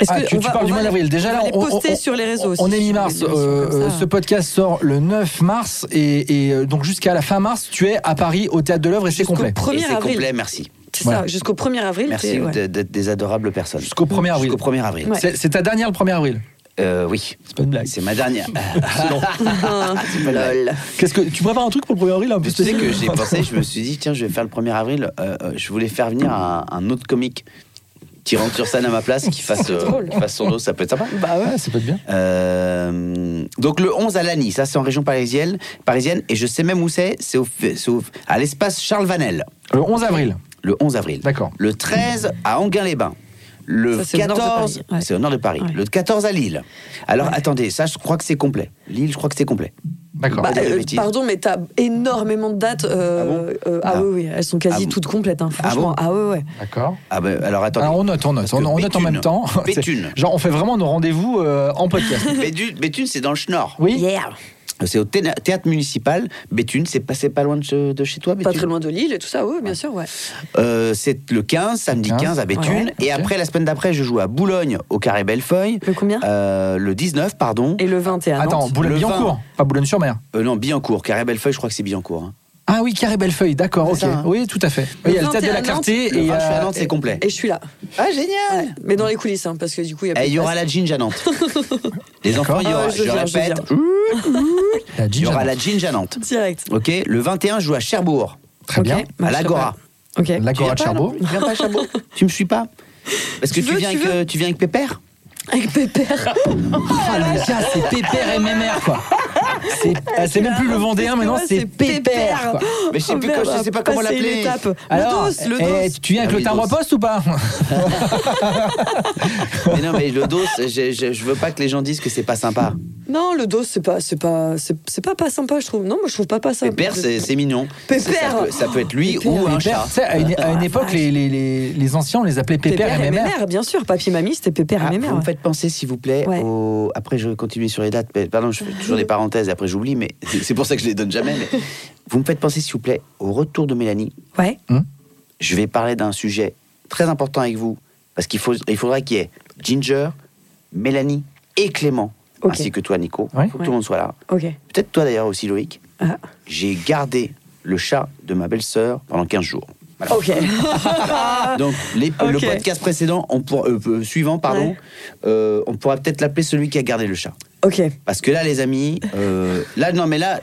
C: Est-ce
D: Ah,
C: que
D: tu,
C: on
D: tu
C: va-
D: parles
C: on
D: du
C: va
D: mois d'avril.
C: les-
D: Déjà, là,
C: on va les poster sur les réseaux.
D: On
C: aussi,
D: est
C: sur
D: mi-mars.
C: les émissions
D: Euh,
C: comme ça.
D: euh, ce podcast sort le 9 mars et, et, euh, donc jusqu'à la fin mars, tu es à Paris au théâtre de l'œuvre et c'est
C: Jusqu'au
D: complet.
C: 1er
B: Et c'est
C: avril.
B: complet, merci.
C: C'est
D: Voilà.
C: ça, jusqu'au 1er avril.
B: Merci
C: t'es- ouais.
B: de- d'être des adorables personnes.
D: Jusqu'au 1er avril.
B: Jusqu'au 1er avril.
C: Ouais.
D: C'est c'est ta dernière le 1er avril.
B: Euh, oui.
D: C'est pas une blague.
B: C'est ma dernière. C'est pas une blague.
D: Qu'est-ce que tu prépares un truc pour le 1er avril un peu
B: Tu sais
D: spécial
B: que j'ai pensé, je me suis dit, tiens, je vais faire le 1er avril. euh, euh, je voulais faire venir un, un autre comique qui rentre sur scène à ma place, qui fasse, euh,
C: drôle.
B: qui fasse son dos, ça peut être sympa.
D: Bah ouais, ça peut être bien.
B: Euh, donc le 11 à Lagny, ça c'est en région parisienne, parisienne, et je sais même où c'est, c'est au, c'est au- à l'espace Charles Vanel,
D: Le 11 avril.
B: le 11 avril.
D: D'accord.
B: Le 13 à Anguin-les-Bains. Le
C: Ça, c'est au nord de
B: 14,
C: Paris, ouais.
B: c'est au nord de Paris.
C: Ouais.
B: Le 14 à Lille. Alors attendez, ça je crois que c'est complet. Lille, je crois que c'est complet.
D: D'accord.
C: Bah,
B: Pas dire de
C: euh,
B: bêtises.
C: pardon, mais t'as énormément de dates. euh, euh, ah
B: Ah.
C: oui, oui, elles sont quasi
B: Ah bon
C: toutes complètes, hein,
B: Ah
C: franchement. Ah, ouais, ouais.
D: D'accord.
B: Ah ben alors attendez.
D: Alors on note, on note,
B: Parce
D: on,
B: que
D: on note en
B: Béthune-
D: même temps. C'est-
B: Béthune.
D: Genre on fait vraiment nos rendez-vous euh, en podcast.
B: Béthune, Béthune, c'est dans le Schnorr.
D: Oui.
C: Yeah.
B: C'est au théna- théâtre municipal. Béthune, c'est passé pas loin de, che- de chez toi, Béthune
C: Pas très loin de Lille et tout ça, ouais, bien sûr, ouais.
B: Euh, c'est le 15, samedi
D: 15,
B: 15, à Béthune.
D: ouais,
B: et
D: ok.
B: après, la semaine d'après, je joue à Boulogne, au Carré Bellefeuille.
C: Le combien
B: Euh, Le 19, pardon.
C: Et le 21.
D: Attends,
B: Le
D: Boulogne-Billancourt,
B: vin.
D: pas Boulogne-sur-Mer.
B: Euh, non, Billancourt. Carré Bellefeuille, je crois que c'est Billancourt. hein.
D: Ah oui, Carré Bellefeuille, d'accord, ok.
B: C'est ça, hein.
D: Oui, tout à fait. Oui, Il y a le théâtre de la
C: 21
D: Clarté
B: Le
D: et
B: vin, je suis à
D: euh,
B: Nantes, c'est complet.
C: Et je suis là.
B: Ah, génial
C: Mais dans les coulisses, hein, parce que du coup, il y a
B: Eh,
C: plus
B: Il
C: de
B: y aura
C: place.
B: la ginge à Nantes. Les enfants, il y aura,
C: Ah, je
B: je, le
C: viens, je
B: répète,
D: la
B: il y
D: Ginger.
B: aura la ginge à Nantes.
C: Direct.
B: Ok, le 21, je joue à Cherbourg.
D: Très
C: Ok,
D: bien.
C: bah,
B: À
C: je serai
B: l'Agora.
C: pas- Ok.
D: La Cora de
B: viens pas,
D: Cherbourg.
B: non Tu viens pas à Cherbourg Tu me suis pas Parce que
C: Tu
B: tu,
C: veux,
B: viens
C: tu
B: avec,
C: veux
B: euh, tu viens avec Pépère
C: Avec Pépère.
D: Ah le gars, c'est Pépère et Mémère, quoi. C'est ah, c'est même plus le Vendéen, maintenant c'est Pépère. quoi.
B: Mais je sais plus quoi- je sais pas comment l'appeler.
D: Alors,
C: Oh, Alors, le dos, le
D: eh,
C: dos.
D: tu viens avec
B: Ah
D: le
B: oui, dos.
D: timbre-poste ou pas
B: Mais non, mais le dos, je, je, je veux pas que les gens disent que c'est pas sympa.
C: Non, le dos, c'est pas, c'est pas, c'est c'est pas pas sympa, je trouve. Non, moi, je trouve pas pas sympa.
B: Pépère, c'est c'est mignon.
C: Pépère.
B: Ça, ça peut, ça peut être lui ou un
D: Pépère,
B: chat.
D: tu sais, à une, à une époque, les, les, les, les anciens, on les appelait Pépère, et Mémère.
C: bien sûr. Papy, mamie, c'était Pépère
B: Ah,
C: et
B: vous
C: Mémère.
B: me
C: ouais.
B: faites penser, s'il vous plaît,
C: Ouais. Mm.
B: au... après je vais continuer sur les dates, mais- pardon, je fais toujours des parenthèses, après j'oublie, mais c'est pour ça que je les donne jamais. mais- Vous me faites penser, s'il vous plaît, au retour de Mélanie.
C: Ouais.
B: Je vais parler d'un sujet très important avec vous, parce qu'il faut, il faudra qu'il y ait Ginger, Mélanie et Clément,
C: Ok.
B: ainsi que toi, Nico. Il
D: Ouais.
B: faut que
C: Ouais.
B: tout le monde soit là.
C: Ok.
B: Peut-être toi d'ailleurs aussi, Loïc.
C: Ah.
B: J'ai gardé le chat de ma belle-sœur pendant 15 jours. Voilà.
C: Ok.
B: Donc les- le
C: Ah. Ok.
B: podcast précédent, on pourra- euh, euh, suivant, pardon,
C: Ouais.
B: euh, on pourra peut-être l'appeler celui qui a gardé le chat.
C: ok.
B: Parce que là, les amis, euh, là non mais là,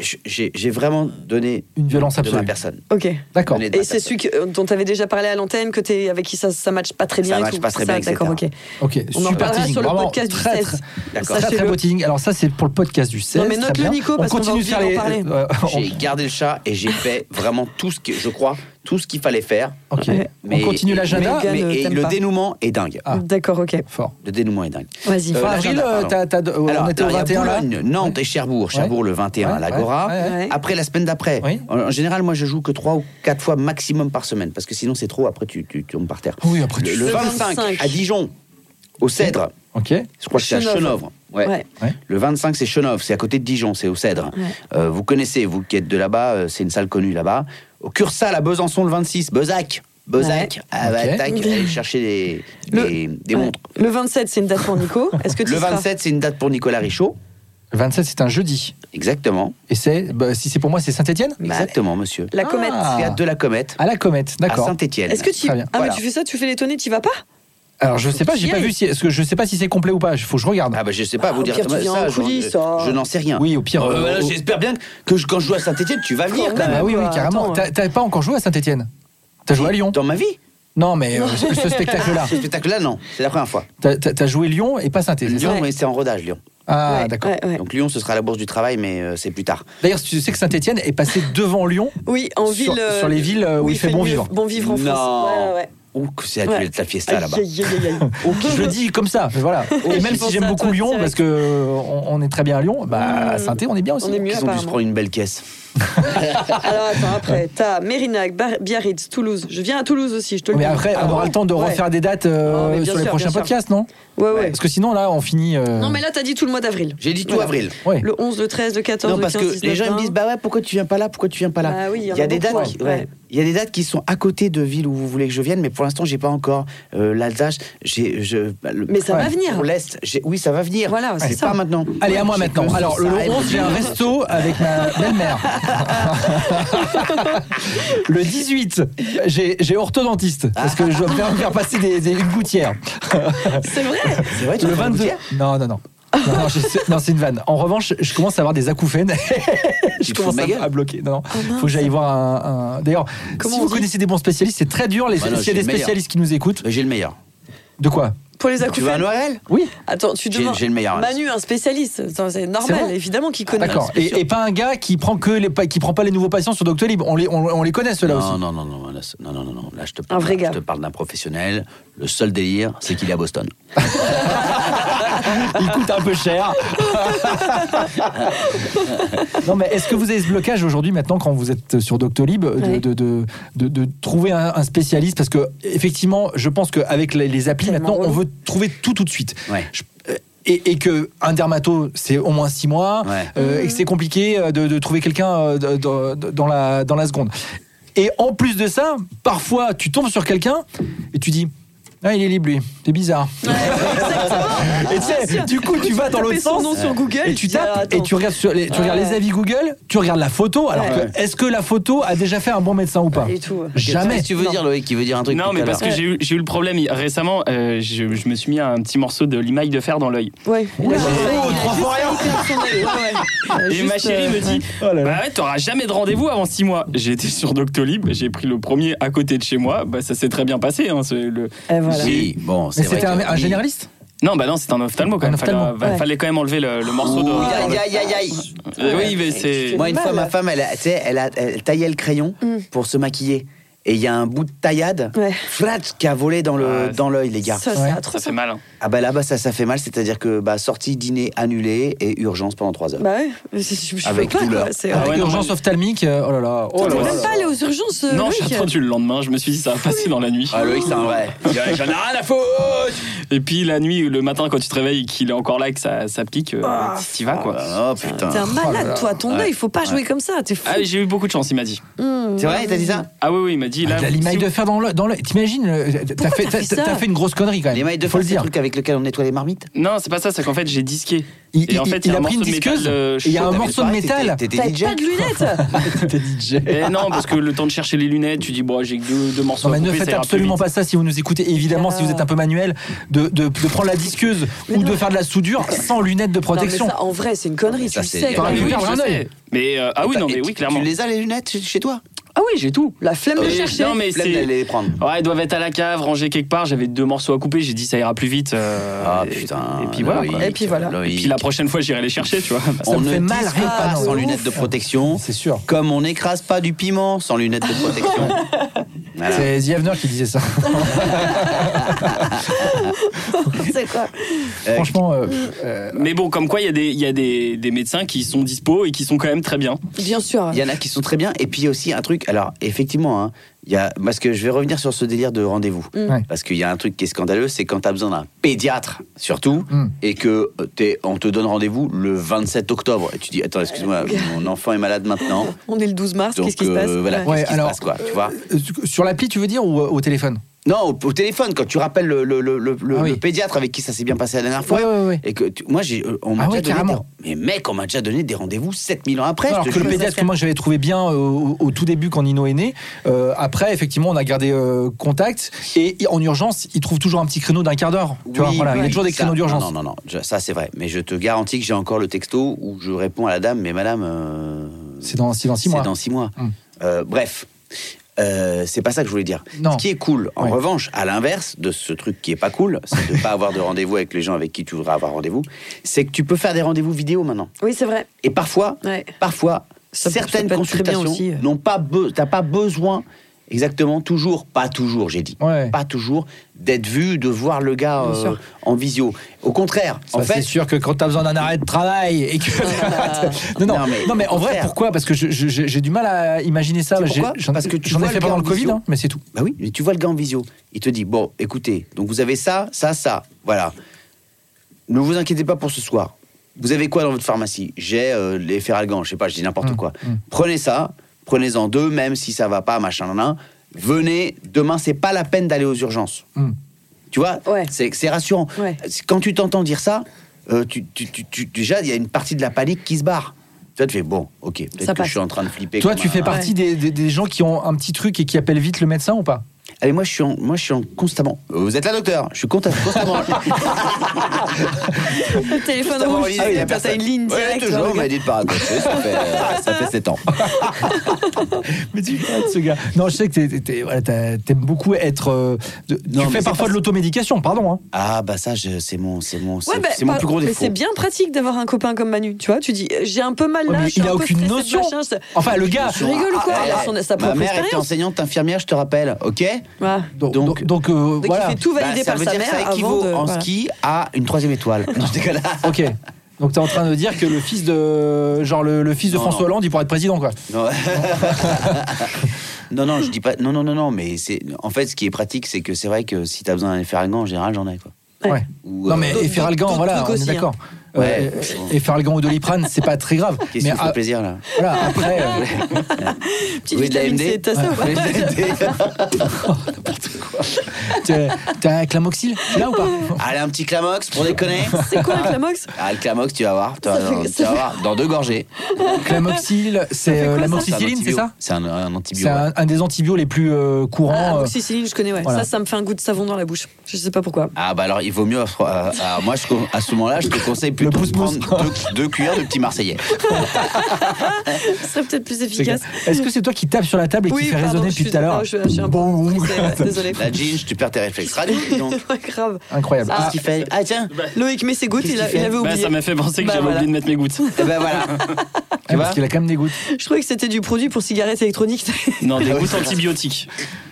B: je- j'ai j'ai vraiment donné
D: Une violence
B: de ma
D: absolue.
B: personne.
C: Ok.
D: D'accord.
B: Donné de ma
C: Et c'est
B: personne.
C: celui que- dont tu avais déjà parlé à l'antenne, que t'es- avec qui ça, ça matche pas très bien.
B: Ça
C: et
B: matche
C: tout.
B: pas très
C: Ça,
B: bien, etc.
C: D'accord, ok.
D: Ok,
C: On en
D: super
C: parlera
D: teasing.
C: sur le
D: Vraiment,
C: podcast du
D: très,
C: 16.
D: très,
B: D'accord.
D: très,
C: Sachez-le.
D: très beau teasing. Alors ça, c'est pour le podcast du 16.
C: Non, mais
D: très
C: note-le,
D: bien.
C: Nico, parce qu'on va oublier d'en parler.
D: euh, on-
B: J'ai gardé le chat et j'ai fait vraiment tout ce que je crois, tout ce qu'il fallait faire.
D: ok.
C: Ouais.
D: On continue l'agenda.
C: Logan,
B: mais-
C: euh,
B: et
C: t'aimes
B: le
C: pas.
B: dénouement est dingue.
D: Ah.
C: D'accord, ok.
D: Fort.
B: Le dénouement est dingue.
C: Vas-y.
B: Euh,
D: Fin
B: l'agenda,
D: avril, euh,
B: pardon.
D: t'as- t'as- euh,
B: Alors,
D: on était au
B: il y a
D: 21 là.
B: Boulogne, Nantes et Cherbourg. Cherbourg le 21
D: Ouais,
B: à l'Agora.
D: ouais,
C: ouais.
B: Après, la semaine d'après.
D: Oui.
B: En, en général, moi, je joue que 3 ou 4 fois maximum par semaine, parce que sinon, c'est trop. Après, tu, tu, tu tombes par terre.
D: Oui, après, tu-
B: le, le
C: Le
B: 25,
C: 25.
B: à Dijon, au Cèdre.
D: Ok.
B: Je crois que c'est à
C: Chenovre.
B: Chenovre. Ouais.
C: Ouais.
D: Ouais.
B: Le 25, c'est Chenovre, c'est à côté de Dijon, c'est au Cèdre. Euh, vous connaissez, vous qui êtes de là-bas, euh, c'est une salle connue là-bas. Au Cursal, à Besançon, le 26, Bezac. Bezac, à
D: Ok.
B: Attaque, Ah, bah, allez chercher des,
C: Le-
B: des, des
C: Ouais.
B: montres.
C: Le 27, c'est une date pour Nico. Est-ce que tu
B: Le
C: seras
B: 27, c'est une date pour Nicolas Richaud.
D: Le 27, c'est un jeudi.
B: Exactement.
D: Et c'est, bah, si c'est pour moi, c'est Saint-Étienne.
B: Exactement, monsieur.
C: Bah, La comète.
D: Ah.
B: Théâtre de la Comète,
D: À la comète,
B: à
D: d'accord.
B: Saint-Étienne.
C: Est-ce que tu.
D: Très
C: Ah,
D: bien.
C: mais
B: Voilà.
C: tu fais ça, tu fais les tonnées, tu vas pas
D: Alors je sais pas, j'ai
C: Qui
D: pas
C: est
D: vu si, parce que je sais pas si c'est complet ou pas. Il faut que je regarde.
B: Ah bah je sais pas
C: Ah,
B: vous
C: au
B: dire
C: pire, tu
B: ça,
C: viens en
B: je-
C: coulisses,
B: je,
C: ça.
B: je n'en sais rien.
D: Oui, au pire,
B: Euh,
D: euh,
B: voilà,
D: au-
B: J'espère bien que je- quand je joue à Saint-Étienne, tu vas venir quand
D: Ah
B: même.
D: bah oui, oui,
C: Attends,
D: carrément.
C: attends. hein.
D: T'as- T'avais pas encore joué à Saint-Étienne T'as joué à Lyon
B: Dans ma vie,
D: Non, mais euh, ce ce spectacle-là.
B: ce spectacle-là, non, c'est la première fois.
D: T'as- T'as t'as joué Lyon et pas Saint-Étienne. c'est ça
B: Lyon,
C: Ouais.
B: mais c'est en rodage, Lyon.
D: Ah,
C: Ouais,
D: d'accord.
C: ouais, ouais.
B: Donc Lyon, ce sera à la bourse du travail, mais euh, c'est plus tard.
D: D'ailleurs, tu sais que Saint-Étienne est passé devant Lyon.
C: Oui, en
D: Sur-
C: ville. euh,
D: sur les villes, euh, où il fait
C: le
D: bon
C: mieux-
D: vivre.
C: Bon vivre en
B: Non.
C: France. Ouais, ouais, ouais.
B: Ouh, que c'est
C: Ouais. Ah,
B: la de la fiesta là-bas.
C: Aïe, aïe, aïe, aïe, aïe.
D: Je le dis comme ça, voilà. Et
C: Je
D: même si
C: pense
D: j'aime
C: à
D: beaucoup
C: toi,
D: Lyon,
C: c'est
D: parce
C: vrai.
D: que on, on est très bien à Lyon, bah à Saint-Étienne, on est bien aussi.
C: Hmm. On est
B: Ils
C: mieux
B: ont dû se
C: apparemment.
B: prendre une belle caisse.
C: Alors attends, après, t'as Mérinac, Bar- Biarritz, Toulouse. Je viens à Toulouse aussi, je te le
D: Mais
C: dis.
D: après,
C: Ah
D: on aura
C: ouais
D: le temps de
C: Ouais.
D: refaire des dates euh,
C: Ah, mais bien
D: sur les
C: sûr,
D: prochains
C: bien sûr.
D: podcasts, non
C: Ouais, ouais.
D: Parce que sinon, là, on finit. euh,
C: Non, mais là, t'as dit tout le mois d'avril.
B: J'ai dit tout
C: Voilà.
B: avril.
D: ouais.
C: Le 11, le 13, le 14,
B: Non,
C: le 15,
B: parce que les
C: 19,
B: gens ils me
C: 20.
B: disent bah ouais, pourquoi tu viens pas là, pourquoi tu viens pas là.
C: Bah oui, il y en
B: il y a
C: a
B: des dates,
C: beaucoup,
B: qui-
C: ouais.
B: ouais.
C: Ouais.
B: il y a des dates qui sont à côté de villes où vous voulez que je vienne, mais pour l'instant j'ai pas encore euh, l'Alsace. J'ai, je, bah, le-
C: Mais ça
D: Ouais.
C: va venir.
B: Pour l'Est, j'ai- oui, ça va venir.
C: Voilà, c'est
B: Mais
C: ça.
B: Pas maintenant.
D: Allez, à moi
B: J'ai
D: maintenant.
B: que
D: Alors, le
B: ça,
D: 11,
B: et
D: j'ai un
B: puis-
D: resto avec ma belle-mère. le 18, j'ai j'ai orthodontiste, parce que je dois me faire, me faire passer des, des- une gouttière.
C: Ah, C'est vrai
B: C'est vrai, tu
D: le
B: vas faire une
D: 22.
B: gouttière
D: Non, non, non. Non, non, je sais- non, c'est une vanne. En revanche, je commence à avoir des acouphènes.
B: Tu
D: je
B: te fous
D: commence
B: de ma gueule
D: à, à bloquer. Non, non. faut que j'aille voir un. un- D'ailleurs,
C: Oh Comment
D: si
C: on
D: vous
C: dit
D: connaissez des bons spécialistes, c'est très dur. Les...
B: Bah non,
D: S'il y
B: j'ai
D: a des
B: le meilleur.
D: spécialistes qui nous écoutent,
B: J'ai le meilleur.
D: de quoi
C: Pour les
B: Tu veux un
C: acouphènes.
B: Noël
D: Oui,
C: Attends, tu
B: J'ai-
C: demandes.
B: j'ai le meilleur, hein.
C: Manu, un spécialiste. Attends, C'est normal,
D: vrai
C: évidemment, qu'il connaît.
D: d'accord. Et, et pas un gars qui prend que les pa- qui prend pas les nouveaux patients sur Doctolib. On les on, on les connaît ceux-là aussi.
B: Non, non, non, non, là, c'est- non, non, non, non, là je te parle,
C: vrai gars.
B: je te parle d'un professionnel. Le seul délire, c'est qu'il est à Boston.
D: Il coûte un peu cher. non, mais est-ce que vous avez ce blocage aujourd'hui, maintenant, quand vous êtes sur Doctolib, de,
C: Ouais.
D: de, de, de- de trouver un, un spécialiste Parce que, effectivement, je pense qu'avec les, les applis,
C: Tellement
D: maintenant, on
C: relou.
D: veut trouver tout tout de suite.
B: Ouais.
D: Je- euh, et, et que un dermato, c'est au moins six mois,
B: Ouais.
D: euh, et que c'est compliqué euh, de, de trouver quelqu'un euh, de- de- de- dans, la, dans la seconde. Et en plus de ça, parfois, tu tombes sur quelqu'un et tu dis Ah, il est libre, lui, c'est bizarre. Et tu sais, du coup, tu vas dans l'autre
C: Taper son
D: sens.
C: nom sur Google,
D: et
C: tu
D: tu
C: dis, ah,
D: tapes
C: attends.
D: et tu regardes, sur les, tu regardes
C: Ouais.
D: les avis Google, tu regardes la photo. Alors,
C: Ouais.
D: que, est-ce que la photo a déjà fait un bon médecin ou pas
C: Pas du tout.
D: Jamais.
B: Qu'est-ce que tu veux dire, Loïc, qui veut dire un truc
E: Non,
B: tout
E: mais
B: à
E: parce
B: l'heure
E: que j'ai eu, j'ai eu le problème il- récemment, euh, je, je me suis mis un petit morceau de limaille de fer dans l'œil.
C: Ouais.
B: Oh,
C: Il a- il a juste failli perdre son œil.
B: Ah,
C: Ouais, ouais.
E: Et
C: Juste,
E: ma chérie
C: euh,
E: me dit
D: Oh là là.
E: Bah ouais, t'auras jamais de rendez-vous avant 6 mois. J'ai été sur Doctolib, j'ai pris le premier à côté de chez moi, bah ça s'est très bien passé. hein, c'est le...
C: Eh, voilà.
B: Oui, bon, c'est
D: Mais
B: vrai
D: c'était un,
B: que-
D: un généraliste
E: Non, bah non, c'est un ophtalmo quand
D: Un
E: même. Fallait,
D: ophtalmo.
E: fallait- euh,
C: Ouais. Oh,
E: fallait quand même enlever le, le morceau de.
B: Ouh, aïe, aïe, aïe, aïe.
E: Euh, oui, mais c'est.
B: Moi, une
C: mal,
B: fois, ma
C: là.
B: femme, elle a, tu sais, elle a elle taillait le crayon pour se maquiller. Et il y a un bout de taillade,
C: Mm. Ouais.
B: flat, qui a volé dans le
E: Ouais,
B: dans l'œil, les gars.
C: Ça,
D: Ouais.
C: c'est
E: Ça, hein.
C: atroce.
E: c'est malin.
B: Ah bah là-bas, ça, ça fait mal. C'est-à-dire que bah, sortie, dîner annulé et urgence pendant 3 heures.
C: Bah ouais, je, je, je
B: Avec
C: peux pas,
B: douleur.
C: quoi, c'est-
E: Ah ouais,
D: avec
E: non,
D: urgence
E: mais-
D: ophtalmique. euh, Oh là là. Oh là
C: T'es
D: là.
C: même pas allé aux urgences, euh,
E: non,
C: Loïc
E: j'ai attendu le lendemain, je me suis dit ça va passer dans la nuit.
B: Ah Loïc, c'est un vrai. J'en ai rien à foutre
E: Et puis la nuit, le matin, quand tu te réveilles et qu'il est encore là et que ça, ça pique, euh, t'y vas quoi.
B: Oh putain.
C: Ah. T'es un malade, toi, ton œil, faut pas jouer comme ça, t'es fou.
E: Ah, j'ai eu beaucoup de chance, il m'a dit.
B: C'est vrai, t'as dit ça
E: Ah oui, oui, il m'a dit là.
D: La limaille
E: si-
D: de fer dans l'œil. dans l'œil. T'imagines euh, T'as fait,
C: t'as
D: t'as-
C: fait ça
D: t'as fait une grosse connerie quand même.
B: Les mailles de fer,
D: Faut le
B: c'est le
D: dire.
B: truc avec lequel on nettoie les marmites
E: Non, c'est pas ça, c'est qu'en fait j'ai disqué.
D: Il,
E: Et en
D: il-
E: fait,
D: il
E: il y a
D: a
E: un
D: pris une
E: morceau de métal,
D: disqueuse
E: euh,
D: et il y a
E: chaud,
D: un
E: t'avais
D: morceau de
B: pareil,
D: métal.
B: t'étais-
C: T'avais
B: t'étais DJ
C: pas de lunettes
D: T'es DJ.
E: Eh non, parce que le temps de chercher les lunettes, tu dis, bon, j'ai que deux, deux morceaux.
D: Non, mais
E: à
D: ne
E: couper, ça
D: faites
E: ira plus
D: absolument
E: vite.
D: pas ça si vous nous écoutez. Évidemment, si vous êtes un peu manuel, de, de, de prendre la disqueuse ou de faire de la soudure sans lunettes de
C: Non, mais
D: protection.
C: ça, en vrai, c'est une connerie,
B: Ça,
C: tu le
B: c'est-
C: sais.
B: T'aurais
E: Ah,
D: pu
E: mais oui,
D: perdre
E: je
D: un
E: sais.
D: œil.
E: Mais euh, ah oui,
B: T'as-
E: non, mais
B: et
E: oui,
B: tu-
E: clairement.
B: Tu les as les lunettes chez- chez toi
C: Ah oui, j'ai tout. La flemme de
E: Oui,
C: chercher.
E: non, mais
B: Flemme
E: c'est-
B: d'aller les prendre.
E: Ouais, ils doivent être à la cave, rangés quelque part. J'avais deux morceaux à couper, j'ai dit ça ira plus vite. euh,
B: Ah
E: et-
B: putain.
E: Et puis voilà. quoi.
C: Et puis voilà.
E: Et puis la prochaine fois, j'irai les chercher, tu vois.
D: Ça
B: on
D: me
B: ne
D: fait mal,
B: discute
D: rien que
B: pas
D: pas, non.
B: sans lunettes de protection.
D: C'est sûr.
B: Comme on n'écrase pas du piment sans lunettes de protection. Voilà.
D: C'est The Avener qui disait ça.
C: C'est quoi
B: Euh,
D: Franchement, euh,
C: Mm.
D: euh,
E: Mais bon, comme quoi, il y a, des, il y a des, des médecins qui sont dispo et qui sont quand même très bien.
C: Bien sûr.
B: Il y en a qui sont très bien. Et puis il y a aussi un truc. Alors effectivement, hein, il y a, parce que je vais revenir sur ce délire de rendez-vous.
E: Mm.
D: Ouais.
B: Parce qu'il y a un truc qui est scandaleux, c'est quand tu as besoin d'un pédiatre, surtout,
D: Mm.
B: et que t'es- on te donne rendez-vous le 27 octobre. Et tu dis, attends, excuse-moi, mon enfant est malade maintenant.
C: On est le 12 mars,
B: Donc
C: qu'est-ce qui se passe
B: euh, voilà,
C: Ouais.
D: Ouais,
B: qu'est-ce qui
D: alors,
B: se passe quoi, tu vois
D: euh, sur l'appli, tu veux dire, ou euh, au téléphone
B: Non, au, au téléphone, quand tu rappelles le, le- le- le- le-
D: Ah oui.
B: le pédiatre avec qui ça s'est bien passé la dernière fois.
D: Ouais, ouais, ouais.
B: Et que tu- moi, j'ai, euh, on m'a
D: Ah
B: déjà
D: ouais,
B: donné
D: carrément.
B: des- mais mec, on m'a déjà donné des rendez-vous 7000 ans après.
D: Alors
B: je te
D: que le
B: jure.
D: pédiatre que moi j'avais trouvé bien euh, au, au tout début quand Nino est né. euh, après, effectivement, on a gardé euh, contact et i- en urgence, il trouve toujours un petit créneau d'un quart d'heure. Tu vois,
B: Oui,
D: voilà, il y a
B: oui,
D: toujours des
B: ça,
D: créneaux d'urgence.
B: Non, non, non, je- ça c'est vrai. Mais je te garantis que j'ai encore le texto où je réponds à la dame, mais madame. euh,
D: C'est dans, c'est dans six
B: c'est
D: mois.
B: dans six mois.
D: Hum.
B: Euh, bref. Euh, c'est pas ça que je voulais dire.
D: Non.
B: Ce qui est cool, en
D: Ouais.
B: revanche, à l'inverse de ce truc qui est pas cool, c'est de pas avoir de rendez-vous avec les gens avec qui tu voudrais avoir rendez-vous, c'est que tu peux faire des rendez-vous vidéo maintenant.
C: Oui, c'est vrai.
B: Et parfois,
C: Ouais.
B: parfois
C: Ça peut-
B: certaines
C: ça peut être très bien
B: consultations
C: aussi. euh.
B: n'ont pas, be- t'as pas besoin exactement toujours, pas toujours, j'ai dit,
D: Ouais.
B: pas toujours d'être vu, de voir le gars
D: Bien
B: euh,
D: sûr.
B: en visio. Au contraire,
D: Ça,
B: en fait,
D: Bah, c'est sûr que quand t'as besoin d'un arrêt de travail et que non non,
B: Non, mais-
D: non, mais en vrai
B: Faire.
D: pourquoi parce que je- je- j'ai j'ai du mal à imaginer ça
B: Tu sais
D: J'ai-
B: pourquoi
D: j'en
B: Parce que tu
D: j'en ai
B: vois
D: fait
B: le
D: pendant le
B: gars en
D: Covid
B: visio.
D: hein, mais c'est tout
B: bah oui, mais tu vois le gars en visio, il te dit bon, écoutez, donc vous avez ça, ça, ça, voilà. Ne vous inquiétez pas pour ce soir. Vous avez quoi dans votre pharmacie J'ai euh, les Feralgan, je sais pas, je dis n'importe
D: Mm,
B: quoi.
D: mm.
B: Prenez ça, prenez-en deux, même si ça va pas, machin, nan, nan. Venez, demain, c'est pas la peine d'aller aux urgences.
D: Hmm.
B: Tu vois
C: Ouais.
B: c'est, c'est rassurant.
C: Ouais.
B: Quand tu t'entends dire ça, euh, tu, tu- tu- tu- déjà, il y a une partie de la panique qui se barre. Toi, tu fais bon, ok, peut-être
C: Ça
B: que
C: passe.
B: je suis en train de flipper.
D: Toi
B: comme
D: tu
B: un-
D: fais partie des, des- des gens qui ont un petit truc et qui appellent vite le médecin ou pas
B: Allez, moi, je suis, en, moi, je suis en constamment. Euh, Vous êtes là, docteur Je suis content- constamment.
C: Ah, Le téléphone rouge,
B: Ah oui, la
C: t'as
B: personne.
C: une ligne
B: Ouais,
C: directe. hein,
B: toujours,
C: là,
B: on m'a dit de pas raccrocher, ça fait, euh, ça fait 7 ans.
D: Mais tu arrêtes ce gars. Non, je sais que t'es- t'es- t'es- voilà, t'as- t'aimes beaucoup être. euh, de-
B: Non,
D: tu
B: mais
D: fais
B: c'est
D: parfois
B: pas-
D: de l'automédication, pardon. hein.
B: Ah, bah ça, je- c'est mon, c'est mon,
C: Ouais,
B: c'est,
C: bah,
B: c'est mon
C: par-
B: plus gros
C: mais
B: défaut.
C: c'est bien pratique d'avoir un copain comme Manu. Tu vois, tu dis euh, j'ai un peu mal
D: Ouais,
C: là.
D: mais
C: je suis
D: il
C: un
D: a
C: peu
D: aucune
C: stressé de
D: notion.
C: machin, ça-
D: Enfin, le gars.
C: Tu rigoles ou quoi Il a son- sa
B: Ah, Ma mère
C: propre
B: était
C: expérience.
B: enseignante infirmière, je te rappelle, ok
C: Ouais.
D: Donc,
B: Donc-
D: donc, donc, euh,
C: Donc
D: voilà.
C: il fait tout valider
B: Bah, ça
C: par
B: veut
C: sa
B: dire que
C: mère.
B: ça équivaut
C: avant de,
B: en
C: voilà.
B: ski à une troisième étoile. Non, je déconne.
D: Ok. Donc t'es en train de dire que le fils de genre le, le fils de
B: Non,
D: François
B: non.
D: Hollande, il pourrait être président quoi.
B: Non. non, non, je dis pas. Non, non, non, non, mais c'est. En fait, ce qui est pratique, c'est que c'est vrai que si t'as besoin d'un Ferragan, en général, j'en ai, quoi.
C: Ouais.
D: Ouais.
B: Ou,
D: Non
B: euh,
D: mais
C: D'autres-
D: et Feralgan,
C: d'autres
D: voilà,
C: trucs
D: on est
C: aussi, hein.
D: d'accord.
B: Ouais.
D: Euh, et Feralgan ou Doliprane, c'est pas très grave.
B: Qu'est-ce
D: Mais
B: qui vous fait
D: ah,
B: plaisir, là
D: voilà, après. euh,
C: Petite
B: Oui, de la
C: vitamine
B: MD.
C: C, t'as ça ou pas
B: Oui, de la MD.
D: t'es- T'es un clamoxyle là ou pas
B: Allez, un petit clamox pour déconner
C: C'est quoi le Clamox
B: Ah, le clamox, tu vas voir. Tu vas,
C: Ça fait-
B: tu vas voir, dans deux gorgées.
D: Clamoxyle, c'est euh, l'amoxicilline, c'est ça
B: C'est un, un
D: C'est
B: antibiotique.
D: un, un des antibiotiques les plus euh,
C: Ah,
D: courants. euh,
C: amoxicilline, je connais, ouais.
D: voilà.
C: Ça, ça me fait un goût de savon dans la bouche. Je sais pas pourquoi.
B: Ah, bah alors, il vaut mieux. euh, euh, alors, moi, je, con- à ce moment-là, je te conseille plutôt de
D: pouce-pouce.
B: prendre deux, deux cuillères de petit Marseillais.
C: Ce serait peut-être plus
D: C'est
C: efficace.
D: clair. Est-ce que c'est toi qui tapes sur la table et qui
C: Oui,
D: fait
C: pardon,
D: résonner
C: je
D: depuis
C: suis
D: tout à l'heure
C: d'accord, je- je suis un peu
D: Bon,
C: stressée, ouais, Désolé.
B: La jeans, tu perds tes réflexes. Radio, donc.
C: C'est pas grave.
D: incroyable.
B: Qu'est-ce qu'il fait Ah, tiens
C: Loïc met ses gouttes,
B: Qu'est-ce
C: il, a-
B: qu'il fait
C: il avait
E: Bah,
C: oublié.
E: ça m'a fait penser que
C: Bah,
E: j'avais
C: voilà.
E: oublié de mettre mes gouttes.
B: Eh ben voilà.
D: Ah, parce qu'il a quand même des gouttes.
C: Je trouvais que c'était du produit pour cigarettes électroniques.
E: Non, des gouttes antibiotiques.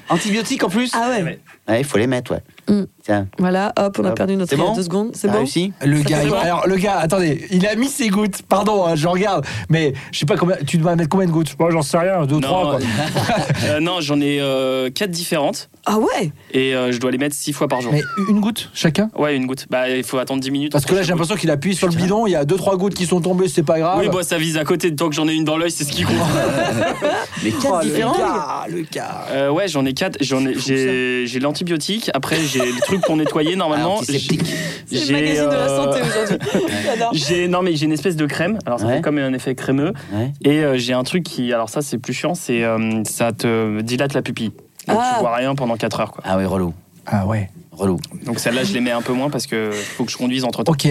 B: Antibiotiques en plus
C: ah ouais.
E: Ouais.
B: Ouais, il faut les mettre, ouais.
C: Mm.
B: Tiens,
C: Voilà, hop, on a
D: Ah,
B: Hop.
C: perdu notre
B: C'est
C: rire
B: bon
C: deux secondes. C'est
B: t'as
C: bon
B: réussi
D: Le
C: Ça
D: gars,
C: fait
D: il-
C: quoi
D: alors le gars, attendez, il a mis ses gouttes, pardon, hein, je regarde, mais je sais pas combien, tu dois mettre combien de gouttes Moi j'en sais rien, deux, trois.
E: Non,
D: quoi.
E: euh, non, j'en ai euh, quatre différentes
C: Ah ouais
E: et euh, je dois les mettre six fois par jour.
D: Mais une goutte chacun
E: Ouais, une goutte. Bah, il faut attendre 10 minutes.
D: Parce que là j'ai l'impression qu'il appuie sur le bidon, il y a deux, trois gouttes qui sont tombées, c'est pas grave.
E: Oui, bah, ça vise à côté. Tant que j'en ai une dans l'œil, c'est ce qui compte.
B: Mais
D: Oh,
B: quatre
D: le
B: différents
D: gars, le gars.
E: Euh, ouais, j'en ai quatre. J'en ai, j'ai, j'ai l'antibiotique. Après, j'ai le truc pour nettoyer normalement.
D: Ah,
B: Antiseptique.
E: J'ai-
C: C'est le magazine de la
E: euh,
C: santé aujourd'hui. J'adore.
E: J'ai non mais j'ai une espèce de crème. Alors ça
B: Ouais.
E: fait comme un effet crémeux.
B: Ouais.
E: Et euh, j'ai un truc qui, alors ça c'est plus chiant, c'est euh, ça te dilate la pupille. Donc
C: Ah.
E: tu vois rien pendant 4 heures quoi.
B: Ah oui, relou.
D: Ah ouais.
B: Relou.
E: Donc celle-là je les mets un peu moins parce que faut que je conduise entre temps.
D: Ok.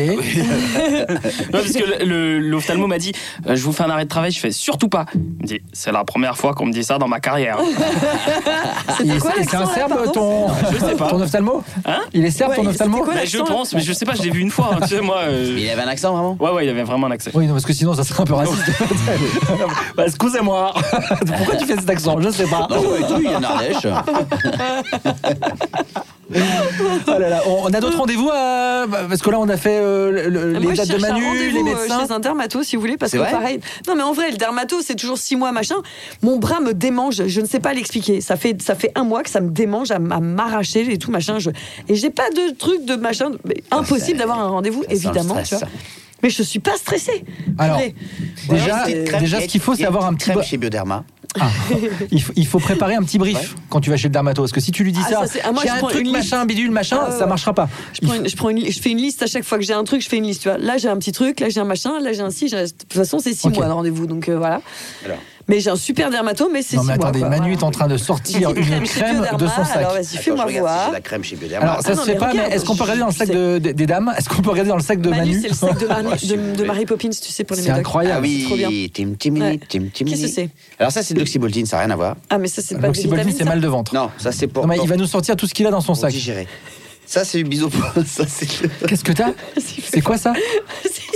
E: parce que le- l'ophtalmo m'a dit euh, je vous fais un arrêt de travail, je fais surtout pas. Il me dit c'est la première fois qu'on me dit ça dans ma carrière.
D: Il-
C: C'était quoi
D: C'est
C: l'accent
D: un
C: là,
D: serbe
C: pardon
D: ton,
E: Je sais pas.
D: ton ophtalmo
E: Hein
D: Il est serbe
C: Ouais,
D: ton
C: c'était
D: ophtalmo
C: quoi
E: Mais je
C: l'accent, là
E: pense, mais je sais pas, je l'ai vu une fois. hein, tu sais moi. euh,
B: Mais il avait un accent vraiment
E: Ouais ouais, il avait vraiment un accès.
D: Oui, non, parce que sinon ça serait un peu raciste. Bah, Excusez-moi. Pourquoi tu fais cet accent Je sais pas.
B: Non, ouais, tout, il est en Ardèche.
D: Oh là là, on on a d'autres rendez-vous à- bah, parce que là on a fait euh, le- le-
C: Ah, Moi,
D: les
C: je
D: dates de
C: cherche un
D: Manu,
C: rendez-vous,
D: les
C: euh,
D: médecins.
C: Chez un dermato, si vous voulez, parce
B: C'est
C: que
B: vrai
C: pareil. Non, mais en vrai, le dermato, c'est toujours six mois, machin. Mon bras me démange, je ne sais pas l'expliquer. Ça fait, ça fait un mois que ça me démange à, m- à m'arracher et tout, machin. Je... Et j'ai pas de truc de machin. mais
D: Ah,
C: impossible
B: ça-
C: d'avoir un rendez-vous,
B: ça sent le
C: évidemment.
B: stress,
C: tu vois.
B: ça.
C: Mais je suis pas stressée.
D: Alors,
C: Purée.
D: Déjà,
C: Ouais, c'est-
D: déjà ce qu'il faut,
B: Il y
D: c'est
B: a
D: avoir un
B: une
D: petit.
B: crème
D: bo-
B: chez Bioderma.
D: Il faut, il faut préparer un petit brief quand tu vas chez le dermato. Parce que si tu lui dis
C: Ah,
D: ça,
C: ça, c'est- ah, moi,
D: j'ai
C: je
D: un
C: prends
D: truc
C: une liste.
D: machin, bidule machin,
C: Ah, ouais,
D: ça
C: ouais.
D: marchera pas.
C: Je,
D: Il
C: prends une- je, prends une, li- je fais une liste à chaque fois que j'ai un truc, je fais une liste. Tu vois. Là, j'ai un petit truc, là, j'ai un machin, là, j'ai un ci. j'ai un- De toute façon, c'est six
D: Ok.
C: mois de rendez-vous, donc euh, voilà.
B: Alors.
C: Mais j'ai un super dermato, mais c'est six
D: Non mais
C: mois.
D: attendez,
C: quoi,
D: Manu
C: voilà.
D: est en train de sortir
C: Une
D: une
C: crème chez
D: crème de son
C: Bioderma,
D: sac.
C: Alors, vas-y, fais-moi
B: Attends, je regarde si
C: voir.
B: j'ai la crème chez Bioderma.
D: Alors ça
C: Ah
D: se
C: non,
D: fait
C: mais
D: pas,
C: regarde,
D: mais est-ce qu'on peut
C: je-
D: regarder dans le sac
C: je
D: de- de- des dames Est-ce qu'on peut regarder dans le sac de
C: Manu,
D: Manu
C: c'est le sac de, Marnie-
B: si vous
C: de, de
B: voulez.
C: Mary Poppins, tu sais, pour les
D: C'est
C: médocs.
D: incroyable.
B: Ah oui,
C: trop bien.
B: tim timini,
C: Ouais.
B: tim timini.
C: Qu'est-ce que c'est
B: Alors ça, c'est de l'oxyboltine, ça n'a rien à voir.
C: Ah, mais ça, c'est pas des
D: L'oxyboline,
C: vitamines,
D: c'est
C: ça
D: mal de ventre.
B: Non, ça c'est pour,
D: Non, mais il
B: pour-
D: va nous sortir tout ce qu'il a dans son
B: pour
D: sac.
B: digérer. Ça c'est du bisopone, ça c'est le...
D: Qu'est-ce que t'as C'est quoi ça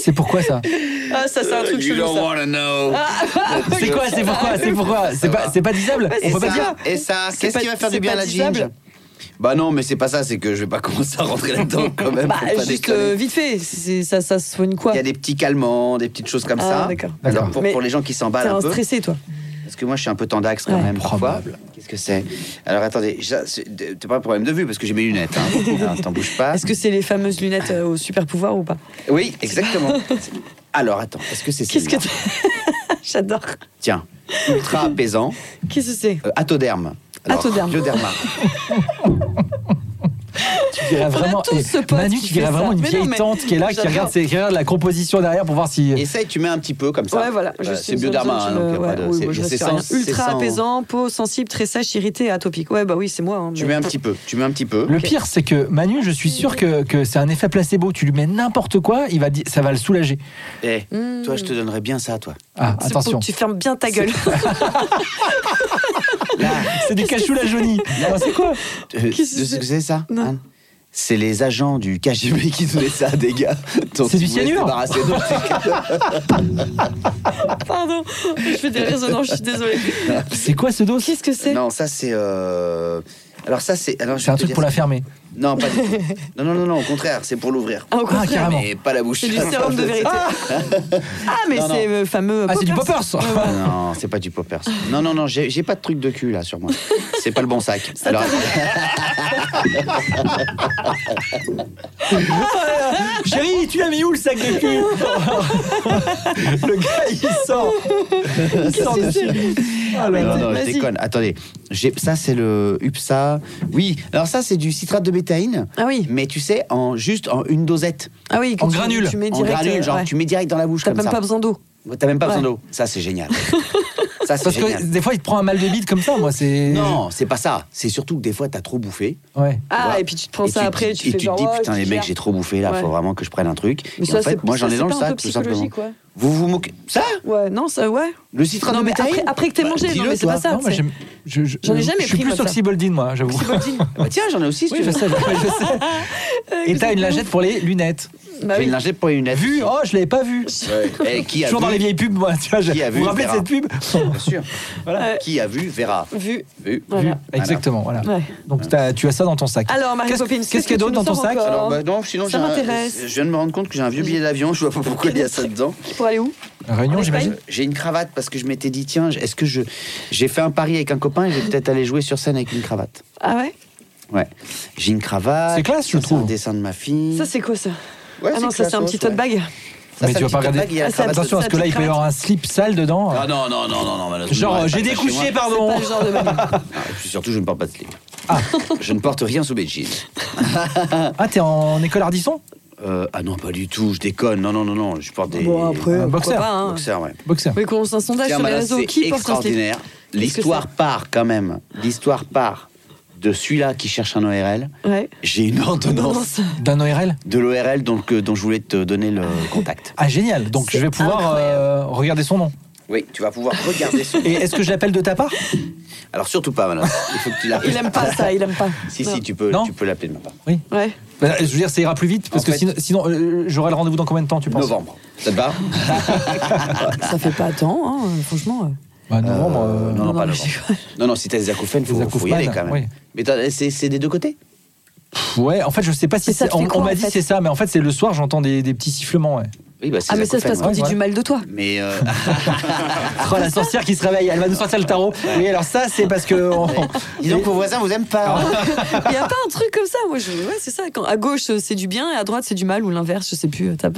D: C'est pourquoi ça
C: Ah, ça, c'est un truc
B: You
C: chelou,
B: don't
C: ça.
B: wanna know.
C: Ah,
D: C'est quoi C'est pourquoi C'est pourquoi C'est pas, c'est pas disable
C: Ouais,
D: On
B: Et
D: peut
B: ça,
D: pas dire
B: et ça,
C: C'est
B: qu'est-ce
C: pas-
B: qui va faire
C: c'est
B: du bien à
C: pas
B: la
C: disable
B: ginge Bah non, mais c'est pas ça, c'est que je vais pas commencer à rentrer là-dedans quand même.
C: Bah,
B: faut pas
C: juste
B: déconner.
C: euh, vite fait, c'est- ça, ça se soigne quoi
B: Il y a des petits calmants, des petites choses comme ça.
C: Ah, d'accord.
D: D'accord.
B: Alors pour,
C: Mais
B: pour les gens qui
C: T'es
B: s'emballent
C: un
B: un peu,
C: stressé, toi.
B: parce que moi je suis un peu tendax quand
C: Ouais.
B: même. parfois.
D: Probable.
B: Qu'est-ce que c'est Alors attendez, ça, c'est t'as pas un problème de vue parce que j'ai mes lunettes. Hein. Alors, T'en bouges pas.
C: Est-ce que c'est les fameuses lunettes euh, au super pouvoir ou pas
B: Oui, exactement. Alors attends, est-ce que c'est
C: Qu'est-ce que
B: celle-là
C: t'as- J'adore.
B: Tiens, ultra apaisant,
C: Qu'est-ce que c'est
B: euh, atoderme. Alors,
C: Atoderme.
B: Bioderma.
D: Tu dirais vraiment,
C: tous
D: eh,
C: ce pote
D: Manu,
C: qui
D: tu dirais
C: fait
D: vraiment
C: ça.
D: une
C: Mais non,
D: vieille
C: mais
D: tante qui est là, qui
C: j'adore.
D: regarde, ses- qui regarde la composition derrière pour voir si.
B: Essaye, tu mets un petit peu comme ça.
C: Ouais, voilà. je
B: Euh,
C: suis
B: c'est
C: une
B: Bioderma,
C: zone,
B: hein, donc
C: euh,
B: y a pas
C: ouais,
B: de-
C: oui,
B: c'est-
C: moi, je
B: c'est
C: reste
B: sans-
C: rien. Ultra
B: c'est sans-
C: apaisant, peau sensible, très sèche, irritée, atopique. Ouais, bah oui, c'est moi. hein,
B: Tu
C: mais-
B: mets un petit peu, tu mets un petit peu.
D: Le pire, c'est que Manu, je suis sûr que, que c'est un effet placebo. Tu lui mets n'importe quoi, il va di- ça va le soulager.
B: Eh,
C: Mmh.
B: toi, je te donnerais bien ça, toi.
D: Ah,
C: C'est pour
D: attention.
C: que Tu fermes bien ta gueule.
D: C'est du cachou la jaunie. Non, C'est quoi
B: Euh,
C: Qu'est-ce que
B: tu sais
C: c'est
B: ce que c'est ça
C: Non.
B: Anne C'est les agents du KGB qui donnaient ça à des gars. dont
D: C'est du
B: ils voulaient se
D: cyanure
B: débarrasser. Donc,
C: Pardon, je fais des résonances, je suis désolée.
D: C'est quoi ce dos
C: Qu'est-ce que c'est
B: Non, ça c'est. euh, Alors ça c'est. alors, je
D: C'est
B: vais
D: un
B: te
D: truc
B: dire
D: pour la
B: ça.
D: fermer.
B: Non, pas du tout. Non, non, non, non, au contraire, c'est pour l'ouvrir.
C: Ah, au contraire,
D: carrément.
B: Et pas la bouche.
C: C'est du sérum de vérité. Ah, mais
B: Non, non.
C: c'est le fameux.
D: Ah, c'est du
C: poppers.
D: poppers
B: Non, c'est pas du poppers. Non, non, non, j'ai j'ai pas de truc de cul là sur moi. C'est pas le bon sac. Alors,
D: Chérie, tu l'as mis où le sac de cul Le gars, il sort. Il sort de Ah là
B: non,
D: là.
B: non, je
C: Vas-y.
B: déconne. Attendez, j'ai- ça c'est le UPSA. Oui, alors ça c'est du citrate de bétaïne.
C: Ah oui.
B: Mais tu sais, en juste en une dosette.
C: Ah oui, que
D: En
C: tu-
D: granule.
C: Tu mets
B: en
C: direct,
B: granule,
C: euh,
B: genre
C: ouais.
B: tu mets direct dans la bouche
C: T'as
B: comme
C: même
B: ça.
C: pas besoin d'eau.
B: T'as même pas besoin
C: Ouais.
B: d'eau. Ça, c'est génial. ça, c'est
D: Parce
B: génial.
D: que des fois, il te prend un mal de bide comme ça, moi, c'est.
B: Non, c'est pas ça. C'est surtout que des fois, t'as trop bouffé.
D: Ouais.
C: Ah,
B: Voilà.
C: et puis tu te prends
B: Et
C: ça
B: tu-
C: après,
B: et
C: tu fais
B: te
C: genre,
B: dis,
C: ouais,
B: putain,
C: je
B: les mecs,
C: gère.
B: j'ai trop bouffé là,
C: Ouais.
B: faut vraiment que je prenne un truc.
C: Mais
B: Et
C: ça,
B: en
C: c'est-
B: fait, moi,
C: ça,
B: j'en ai
C: c'est
B: dans le
C: pas un peu
B: sac, tout simplement.
C: psychologique, ouais.
B: Vous vous moquez. Ça
C: Ouais, non, ça, ouais.
B: Le citron
C: Non,
B: de
C: mais
B: bétail
C: après- après que t'aies mangé, non,
B: Bah, dis-le,
C: mais c'est pas
B: toi.
C: ça.
D: Non, moi,
C: c'est-
D: j'aime- je- je-
C: J'en ai jamais
D: Je suis
C: pris
D: plus
C: comme ça.
D: oxyboldine, moi, j'avoue.
B: Ah Bah, tiens, j'en ai aussi, si
D: Oui,
B: tu veux.
D: je
C: Euh,
D: sais, je sais. Et t'as une lingette pour les lunettes.
C: Bah
B: J'ai
C: oui.
B: une lingette pour les lunettes.
D: Vu Oh, je l'avais pas vu.
B: Et qui a
D: Toujours dans
B: vu
D: les vieilles pubs, moi. Tu vois, je-
B: Qui a
D: vous
B: vu
D: vous rappelez de
B: Vera
D: cette pub
B: Bien sûr. Euh,
C: Ouais.
B: Qui a vu verra.
C: Vu.
B: Vu.
C: Voilà.
D: Vu, Exactement, voilà.
C: Ouais.
D: Donc t'as- tu as ça dans ton sac.
C: Alors, Marie
D: Qu'est-ce-
C: Poppins,
D: qu'est-ce qu'il y a
C: que
D: d'autre
C: tu
D: dans
C: nous
D: ton
C: sors
D: sac
C: encore
B: Alors, bah, non, sinon,
C: Oh. Ça
B: j'ai un- euh,
C: m'intéresse.
B: je viens de me rendre compte que j'ai un vieux billet d'avion. Je vois pas pourquoi il y a ça dedans.
C: Pour aller où
D: Réunion,
C: en
D: j'imagine.
C: Espagne
B: J'ai une cravate parce que je m'étais dit tiens, est-ce que je j'ai fait un pari avec un copain et je vais peut-être aller jouer sur scène avec une cravate.
C: Ah ouais
B: Ouais. J'ai une cravate.
D: C'est classe, je
B: ça,
D: trouve.
B: C'est un dessin de ma fille.
C: Ça, c'est quoi ça
B: Ouais,
C: Ah non, ça,
B: classe,
C: c'est un
B: ouais,
C: petit
B: ouais.
C: tote bag.
B: Ça,
D: Mais
B: c'est
D: tu
B: un petit
D: vas pas
B: tote
D: regarder.
B: bag, il y a la
C: Ah, c'est un
B: cravate.
C: petit-
D: Attention, parce que là, il peut y avoir un slip sale dedans.
B: Ah non, non, non, non, non, malheureusement,
D: Genre,
B: ouais,
D: euh,
B: pas
D: j'ai
B: ça chez
D: découché,
B: moi.
D: pardon.
C: Pas le genre de bag.
B: Ah, et puis surtout, je ne porte pas de slip. Je ne porte rien sous mes jeans.
D: Ah, t'es en école Ardisson
B: Euh, ah non, pas du tout, je déconne. Non, non, non, non, je porte des.
C: Bon, après,
D: Un
C: pourquoi
D: Euh, boxeur.
C: pas, hein.
B: boxers, ouais.
D: Boxer.
C: Oui, qu'on lance un sondage
B: Tiens,
C: sur les
B: Malas,
C: réseaux.
B: c'est
C: Qui porte un slip
B: extraordinaire. L'histoire part quand même. L'histoire part de celui-là qui cherche un ORL.
C: Ouais.
B: J'ai une ordonnance
D: D'un ORL
B: de l'ORL donc, euh, dont je voulais te donner le contact.
D: Ah, génial. Donc je vais pouvoir euh, regarder son nom.
B: Oui, tu vas pouvoir regarder son.
D: Et est-ce que je l'appelle de ta part
B: Alors surtout pas, Malas. Il faut que tu l'appelles.
C: Il aime pas ça, il aime pas.
B: Si,
C: Non.
B: si, tu peux,
D: Non.
B: tu peux l'appeler de ma part.
D: Oui.
C: Ouais.
D: Bah, je veux dire, ça ira plus vite, parce
B: En
D: que
B: fait-
D: sinon, sinon, euh, j'aurai le rendez-vous dans combien de temps, tu penses
B: Novembre. Ça te va
C: Ça fait pas tant, hein, franchement.
D: Bah, novembre. euh,
B: Non, non, pas
C: mais
B: novembre.
C: je rigole.
B: Non, non, si t'as des acouphènes, faut, faut y
D: acouphènes,
B: aller quand même.
D: oui.
B: Mais t'as- c'est c'est des deux côtés
D: pff, ouais, en fait, je sais pas si
C: Mais ça
D: c'est.
C: te fait
D: On,
C: quoi,
D: on m'a
C: en
D: dit
C: fait
D: c'est ça, mais en fait, c'est le soir, j'entends des, des petits sifflements, ouais.
B: Oui, bah, c'est
C: Ah,
B: des
C: mais ça se passe
B: acouphènes,
C: quand on dit
D: ouais.
C: du mal de toi.
B: Mais euh,
C: Ah,
D: Oh, la sorcière qui se réveille, elle va nous sortir le tarot. Oui, alors ça, c'est parce que. on-
B: dis donc, vos voisins vous aiment pas. hein.
C: Il n'y a pas un truc comme ça. Moi, je... ouais, c'est ça. Quand à gauche, euh, c'est du bien et à droite, c'est du mal ou l'inverse, je sais plus. euh, t'as-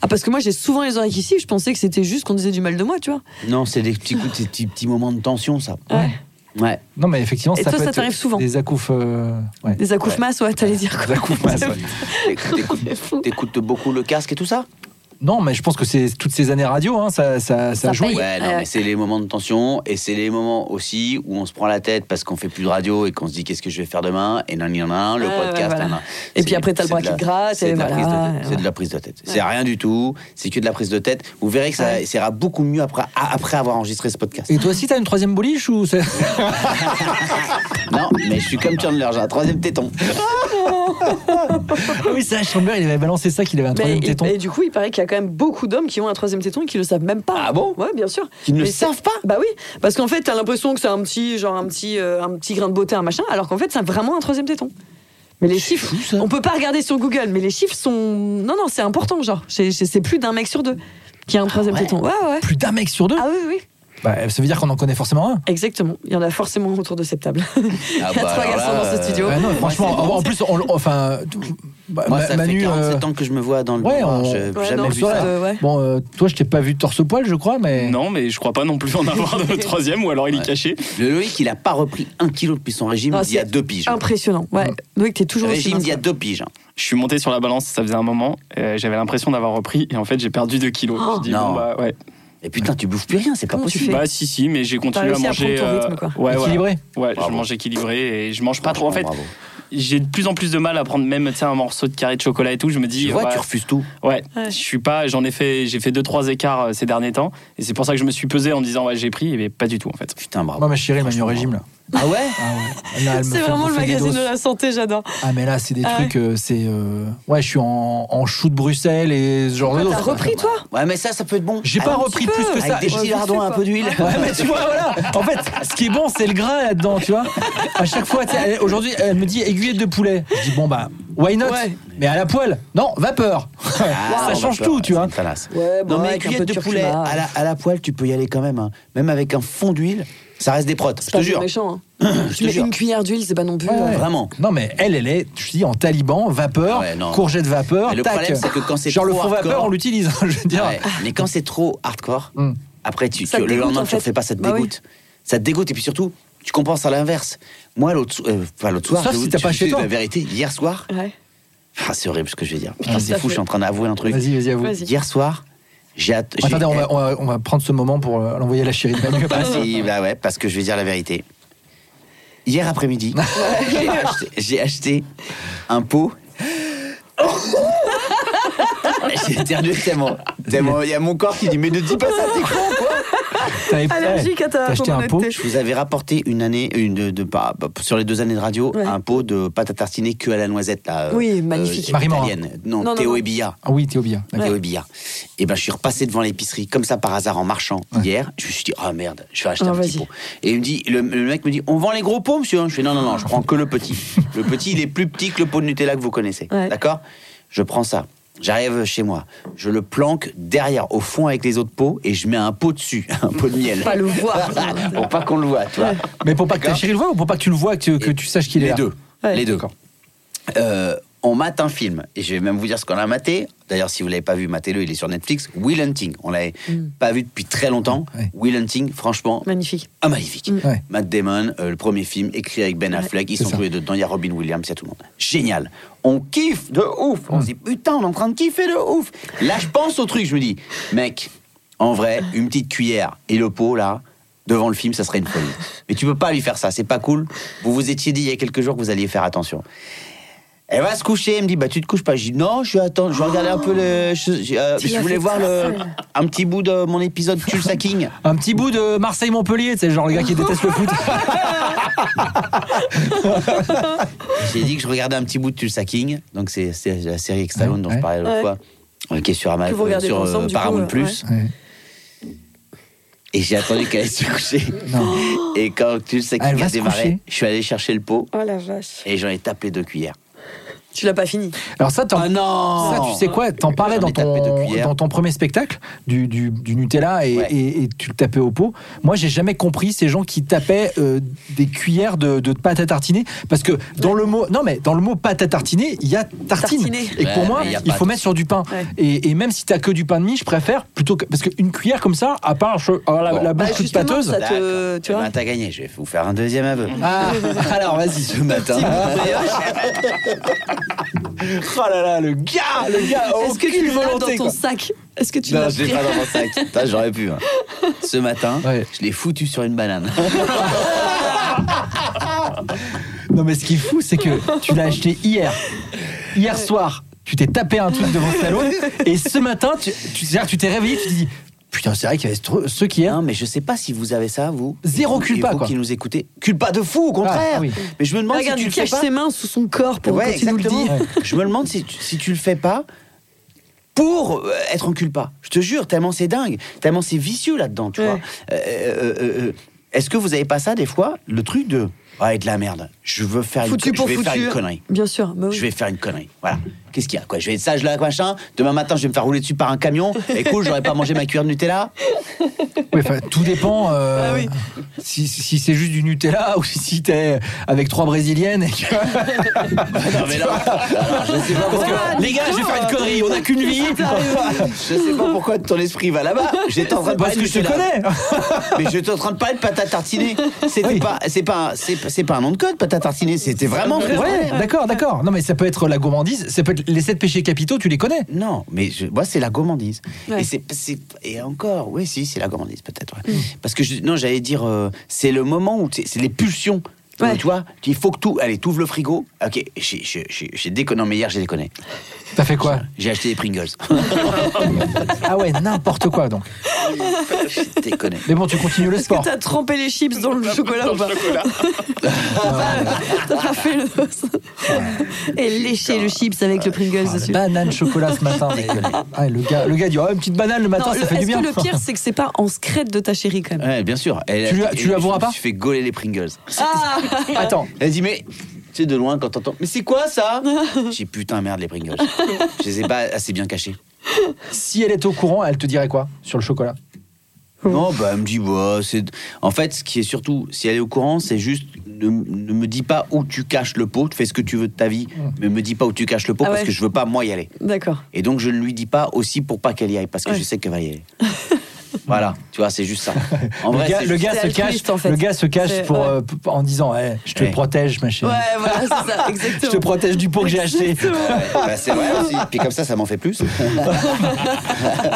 C: Ah, parce que moi, j'ai souvent les oreilles qui sifflent. Je pensais que c'était juste qu'on disait du mal de moi, tu vois.
B: Non, c'est des petits coups, des petits, petits moments de tension, ça.
C: Ouais.
B: Ouais.
D: Non, mais effectivement,
C: Et
D: ça
C: toi,
D: peut
C: ça
D: être
C: t'arrive souvent
D: Des acouphènes. euh, ouais.
C: Des accoufmasses, ouais, t'allais dire
D: Des
C: quoi.
D: acouphènes, ouais.
B: T'écoutes- T'écoutes t'écoutes beaucoup le casque et tout ça
D: Non, mais je pense que c'est toutes ces années radio, hein, ça, ça, ça,
C: Ça
D: joue.
C: paye.
B: Ouais,
C: Ouais.
B: non, mais c'est les moments de tension et c'est les moments aussi où on se prend la tête parce qu'on fait plus de radio et qu'on se dit qu'est-ce que je vais faire demain et nan nan nan, le
C: Ouais, ouais,
B: podcast.
C: voilà.
B: nan, nan.
C: Et
B: C'est-
C: puis après, t'as le
B: c'est
C: bras
B: de
C: qui
B: la-
C: gratte, et
B: C'est de, la prise de
C: voilà,
B: tête,
C: et
B: c'est de
C: voilà.
B: la prise de tête. C'est rien du tout, c'est que de la prise de tête. Vous verrez que ça,
C: Ouais.
B: ça ira beaucoup mieux après, a- après avoir enregistré ce podcast.
D: Et toi aussi, t'as une troisième boliche ou c'est-
B: non, mais je suis comme Chandler, j'ai un troisième téton.
D: Ah oui, ça, Chamber, il avait balancé ça qu'il avait un
C: Mais
D: troisième
C: il-
D: téton.
C: et du coup, il paraît qu'il y a quand même beaucoup d'hommes qui ont un troisième téton et qui le savent même pas.
B: Ah bon
C: Ouais, bien sûr.
B: Qui ne le
C: Mais c'est-
B: savent pas
C: Bah oui, parce qu'en fait, t'as l'impression que c'est un petit, genre un petit, euh, un petit grain de beauté, un machin, alors qu'en fait, c'est vraiment un troisième téton. Mais les chiffres,
B: fou, ça.
C: on peut pas regarder sur Google, mais les chiffres sont, non non, c'est important, genre, c'est- c'est c'est plus d'un mec sur deux qui
B: Ah
C: a un troisième téton. Ouais ouais.
D: Plus d'un mec sur deux
C: Ah oui oui.
D: Bah, ça veut dire qu'on en connaît forcément un.
C: Exactement. Il y en a forcément autour de cette table. Il y a
B: Ah bah,
C: trois
B: alors
C: garçons
B: là,
C: dans ce
B: euh,
C: studio.
D: Bah non, franchement, en- en plus, on- enfin, tout- bah,
B: Moi,
D: Ma-
B: ça
D: Manu,
B: fait 47
D: euh,
B: ans que je me vois dans le
D: ouais,
B: miroir,
D: on-
B: j'ai
D: Ouais,
B: jamais
C: non,
B: vu
C: je
B: ça.
C: saurais. Euh, ouais.
D: Bon, euh, toi, je t'ai pas vu torse poil, je crois, mais
E: Non, mais je crois pas non plus en avoir de troisième, ou alors il est caché.
B: Le Loïc, il a pas repris un kilo depuis son régime
C: Ah,
B: d'il y a
C: c'est
B: deux piges.
C: Impressionnant. Ouais. Loïc, t'es toujours aussi
B: Mm. Régime
C: mince.
B: d'il y a deux piges. hein.
E: Je suis monté sur la balance, ça faisait un moment, euh, j'avais l'impression d'avoir repris, et en fait j'ai perdu 2 kilos.
C: Oh.
E: je dis,
B: Non.
E: bon, bah ouais.
B: Et putain, tu bouffes plus rien, c'est pas
C: Comment tu
B: possible.
C: fais
E: Bah si, si, mais j'ai continué à
C: réussi à
E: manger. euh,
C: prendre ton rythme, quoi.
E: ouais, voilà.
D: équilibré.
E: Ouais,
B: Bravo.
E: je mange équilibré et je mange pas trop. En fait,
B: Bravo.
E: j'ai de plus en plus de mal à prendre même tu sais, un morceau de carré de chocolat et tout. Je me dis,
B: Tu vois,
E: ouais,
B: tu refuses tout.
E: ouais,
C: Ouais.
E: je suis pas. J'en ai fait, j'ai fait deux trois écarts euh, ces derniers temps et c'est pour ça que je me suis pesé en me disant ouais j'ai pris, mais pas du tout en fait.
B: Putain, bravo.
D: Moi, ma chérie, elle m'a mis au régime, là.
B: Ah ouais
D: Ah ouais. Là, elle me
C: C'est
D: fait
C: vraiment le
D: bouffer des
C: magazine
D: doses.
C: de la santé, j'adore.
D: Ah, mais là, c'est des
C: Ah
D: trucs, euh, c'est. euh, Ouais, je suis en, en chou de Bruxelles et ce genre de
C: T'as
D: doses, quoi.
C: repris toi
B: Ouais, mais ça, ça peut être bon.
D: bah,
B: Ah,
D: J'ai pas repris
C: peu.
D: plus que ça.
B: Avec des petits
C: Ouais, je sais
B: lardons, un
C: pas.
B: peu d'huile.
D: Ouais, mais tu vois, voilà. En fait, ce qui est bon, c'est le gras là-dedans, tu vois. À chaque fois, tu sais, elle- aujourd'hui, elle me dit aiguillette de poulet. Je dis, bon, bah, why not
C: Ouais.
D: Mais à la poêle. Non, vapeur.
B: Ah,
D: ça
B: on
D: change
B: va pas,
D: tout, tu
B: c'est
D: vois.
B: une falasse.
C: Ouais, bon,
B: Non, mais
C: avec un
B: cuillette
C: peu
B: de
C: de
B: poulet
C: curcuma.
B: à la, à la poêle, tu peux y aller quand même. hein. Même avec un fond d'huile, ça reste des protes. Je
C: C'est
B: te
C: pas
B: jure.
C: méchant. Hein.
B: Je
C: Tu
B: te
C: mets
B: jure.
C: une cuillère d'huile, c'est pas non plus.
D: Ouais,
C: euh,
D: ouais.
B: Vraiment.
D: Non, mais elle, elle est, je te dis, en taliban, vapeur,
B: Ah ouais, non.
D: courgette vapeur.
B: Mais le
D: tac.
B: problème, c'est que quand c'est
D: Genre le
B: trop
D: fond vapeur,
B: hardcore-
D: on l'utilise, hein, je veux dire.
B: Ouais, Mais quand c'est trop hardcore,
D: Hmm.
B: après, tu,
C: Ça
B: tu-
C: te
B: le
C: dégoûte,
B: lendemain,
C: en
B: tu ne
C: fait.
B: fais pas, ça te
C: Bah oui.
B: dégoûte. Ça te dégoûte, et puis surtout, tu compenses à l'inverse. Moi, l'autre so- euh, enfin, l'autre soir,
D: Sauf
B: je
D: si
B: vous-
D: t'as pas
B: je vous
D: chez
B: dis
D: toi.
B: La vérité, hier soir,
C: ouais.
B: Ah, c'est horrible ce que je vais dire.
C: Ah,
B: Putain,
C: tout
B: c'est
C: à
B: fou,
C: fait.
B: je suis en train d'avouer un truc.
D: Vas-y, vas-y, avoue.
C: Vas-y.
B: Hier soir, j'ai att- j'ai- eh,
D: Attendez, on va, on, va, on va prendre ce moment pour euh, l'envoyer à la chérie de Manu.
B: Ah, si, bah ouais, parce que je vais dire la vérité. Hier après-midi, j'ai acheté- j'ai acheté un pot. J'ai éternué tellement. tellement- Il y a mon corps qui dit Mais ne dis pas ça, t'es con quoi
D: T'avais-
C: Allergique à ta
D: T'as acheté un pot
C: honnêteté.
B: Je vous avais rapporté une année, une de, de- pas- pas- sur les deux années de radio,
C: Ouais.
B: un pot de pâte à tartiner que à la noisette. Là, euh,
C: Oui, magnifique.
B: euh,
D: Marie Morin.
B: italienne. Non,
C: Non, non,
B: Théo
C: non.
B: et Billa.
D: Ah oui, Théo Bia.
B: Théo et Billa. Et ben, je suis repassé devant l'épicerie, comme ça par hasard, en marchant hier. Je me suis dit, ah merde, je vais acheter
C: Ah,
B: un petit
C: vas-y.
B: pot. Et il me dit, le, le mec me dit, on vend les gros pots, monsieur. Je fais, non, non, non, je prends que le petit. Le petit, il est plus petit que le pot de Nutella que vous connaissez.
C: Ouais.
B: D'accord Je prends ça. J'arrive chez moi, je le planque derrière, au fond avec les autres pots, et je mets un pot dessus, un pot de miel.
C: Pas le voir.
B: Pour pas qu'on le voit, tu vois.
D: Mais pour pas que ta chérie le voie ou pour pas que tu le vois, que tu, que tu saches qu'il est
B: les
D: là
B: deux.
C: Ouais.
B: Les deux.
D: D'accord.
B: Euh, on mate un film. Et je vais même vous dire ce qu'on a maté. D'ailleurs, si vous l'avez pas vu, matez-le, il est sur Netflix. Will Hunting. On l'avait pas vu depuis très longtemps.
D: Mm. Ouais.
B: Will Hunting, franchement,
C: Magnifique.
B: ah, magnifique.
D: Mm. Ouais.
B: Matt Damon, euh, le premier film, écrit avec Ben Affleck. Ils
D: C'est
B: sont
D: ça.
B: tous les deux dedans. Il y a Robin Williams, il y a tout le monde. Génial. On kiffe de ouf.
D: Mm.
B: On se dit, putain, on est en train de kiffer de ouf. Là, je pense au truc. Je me dis, mec, en vrai, une petite cuillère et le pot, là, devant le film, ça serait une folie. Mais tu peux pas lui faire ça. C'est pas cool. Vous vous étiez dit il y a quelques jours que vous alliez faire attention. Elle va se coucher, elle me dit bah tu te couches pas. Je dis non, je vais attendre, je vais regarder un peu le, je, je- euh,
C: Tu
B: je
C: l'as
B: voulais
C: fait
B: voir le, un petit bout de mon épisode Tulsaking.
D: Un petit bout de Marseille-Montpellier, c'est genre le gars qui déteste le foot.
B: J'ai dit que je regardais un petit bout de Tulsa King, donc c'est c'est la série avec Stallone dont
D: ouais.
B: je parlais l'autre
C: Ouais.
B: fois, euh, qui est sur, Ama-
C: Que vous
B: euh,
C: regardez
B: sur, euh,
C: ensemble, du coup,
B: Paramount
C: euh,
B: Plus.
D: ouais. Ouais.
B: Et j'ai attendu qu'elle aille se coucher. Et quand Tulsa
D: Elle
B: King
D: va
B: a
D: se coucher.
B: démarré, je suis allé chercher le pot
C: Oh la vache.
B: et j'en ai tapé deux cuillères.
C: Tu l'as pas fini.
D: Alors ça, t'en-
B: Ah non
D: Oh. ça, tu sais quoi T'en parlais
B: J'en
D: dans
B: ai tapé deux
D: ton,
B: cuillères.
D: dans ton premier spectacle du, du- du Nutella et,
B: Ouais.
D: et- et tu le tapais au pot. Moi, j'ai jamais compris ces gens qui tapaient euh, des cuillères de, de pâte à tartiner parce que dans le mot non mais dans le mot pâte à tartiner, il y a tartine.
C: Tartiner.
D: Et
B: Ouais,
D: pour moi,
B: mais il y a
D: il
B: pâte
D: faut mettre sur du pain.
C: Ouais.
D: Et, et même si t'as que du pain de mie, je préfère plutôt que parce qu'une cuillère comme ça, à part je- avoir la,
B: Bon.
D: la
C: Bah,
D: bouche toute
C: justement,
D: pâteuse.
C: ça te-
B: D'accord.
C: tu
B: Eh
C: vois.
B: ben, T'as gagné, je vais vous faire un deuxième aveu.
D: Ah, alors vas-y.
B: Ce matin.
D: Oh là là, le gars, le gars, a
C: Est-ce que
D: aucune
C: tu l'as dans
D: volonté.
C: ton
D: quoi.
C: sac Est-ce que tu
B: Non,
C: l'as
B: je l'ai
C: pris
B: pas dans mon sac. Putain, J'aurais pu. hein. Ce matin,
D: Ouais.
B: je l'ai foutu sur une banane.
D: Non mais ce qui est fou, c'est que tu l'as acheté hier. Hier soir, tu t'es tapé un truc devant Stallone et ce matin, tu tu c'est-à-dire que tu t'es réveillé, tu te dis putain c'est vrai qu'il y avait ce tru- ce qui est.
B: Non, mais je sais pas si vous avez ça, vous.
D: Zéro
B: Vous- et
D: culpa,
B: vous
D: quoi.
B: qui nous écoutez. Culpa de fou, au contraire.
D: Ah, oui.
B: Mais je me demande
C: Regarde,
B: si tu
C: il
B: le fais
C: cache
B: pas.
C: ses mains sous son corps pour
B: Ouais,
C: quand il nous le dit.
B: exactement. Je me demande si tu, si tu le fais pas pour euh, être en culpa. Je te jure, tellement c'est dingue, tellement c'est vicieux là-dedans, tu
C: Ouais.
B: vois. Euh, euh, euh, euh, Est-ce que vous avez pas ça des fois, le truc de ouais de la merde. Je veux faire une,
C: Foutu
B: co-
C: pour
B: je vais faire
C: foutu.
B: une connerie.
C: Bien sûr. bah oui.
B: Je vais faire une connerie. Voilà. Qu'est-ce qu'il y a quoi Je vais être sage là, machin. Demain matin, je vais me faire rouler dessus par un camion. Et cool, j'aurais pas mangé ma cuillère de Nutella.
D: Ouais, enfin, tout dépend euh,
C: Ah oui.
D: si, si c'est juste du Nutella ou si t'es avec trois brésiliennes. et que-
C: Ah,
B: Non, mais là, alors, je sais pas
D: Parce
B: pourquoi.
D: que, les gars, je vais faire une connerie, on n'a qu'une vie.
B: Je sais pas pourquoi ton esprit va là-bas. J'étais en train de
D: Parce
B: parler de
D: que je te
B: Nutella.
D: connais.
B: Mais j'étais en train de parler de pâte à tartiner. C'était
D: Oui.
B: pas, c'est pas, un- c'est pas- c'est pas un nom de code, pâte à tartiner. C'était
C: Ah
B: vraiment.
D: Ouais, d'accord, d'accord. Non mais ça peut être la gourmandise, ça peut être les sept péchés capitaux, tu les connais.
B: Non, mais je- moi c'est la gourmandise.
C: Ouais.
B: Et c'est, c'est- et encore, oui, si, c'est la gourmandise peut-être. ouais.
D: Mm.
B: Parce que je- non, j'allais dire, euh, c'est le moment où c'est, c'est les pulsions.
C: Ouais.
B: Tu vois, il faut que tout. Allez, t'ouvres le frigo. Ok, j'ai, j'ai, j'ai- j'ai déconné. Non, mais hier j'ai déconné.
D: T'as fait quoi
B: J'ai acheté des Pringles.
D: Ah ouais, n'importe quoi donc.
B: j'ai déconné.
D: Mais bon, tu continues le
C: Est-ce que
D: sport.
C: t'as trempé les chips dans le chocolat ou pas T'as pas fait le. Et léché le chips avec le
B: Oh,
C: Pringles
D: Ah, la
C: dessus.
B: Bah,
D: banane chocolat ce matin. mais- Ah, le, gars, le gars dit oh, une petite banane le matin,
C: Non,
D: ça
C: le-
D: fait du
C: Est-ce
D: bien.
C: que le pire, c'est que c'est pas en secret de ta chérie quand même
B: Ouais, bien sûr. Elle-
D: Tu lui-
B: elle-
D: tu lui avoueras
B: je-
D: pas
B: Je me suis fait gauler les Pringles.
C: Ah
D: Attends,
B: Elle dit mais tu sais de loin quand t'entends mais c'est quoi ça J'ai putain merde les Pringles. Je les ai pas assez bien cachés.
D: si elle était au courant, elle te dirait quoi sur le chocolat
B: Non bah elle me dit bah c'est en fait ce qui est surtout si elle est au courant c'est juste ne, ne me dis pas où tu caches le pot, tu fais ce que tu veux de ta vie,
D: Mm.
B: mais me dis pas où tu caches le pot
C: Ah
B: parce
C: ouais.
B: que je veux pas moi y aller.
C: D'accord.
B: Et donc je ne lui dis pas aussi pour pas qu'elle y aille parce que
C: Ouais.
B: je sais qu'elle va y aller. voilà, tu Tu vois, c'est juste ça. En
D: le
B: vrai,
D: gars,
B: c'est
D: le
B: juste-
D: gars
C: c'est
D: se cache,
C: altruiste, en fait.
D: le gars se cache
C: C'est-
D: pour,
C: ouais.
D: euh, p- en disant Eh, Je te
B: Ouais.
D: protège, ma chérie.
C: Ouais, voilà, c'est ça, exactement.
D: Je te protège du pot que j'ai acheté.
B: Bah, c'est vrai aussi. Puis comme ça, ça m'en fait plus.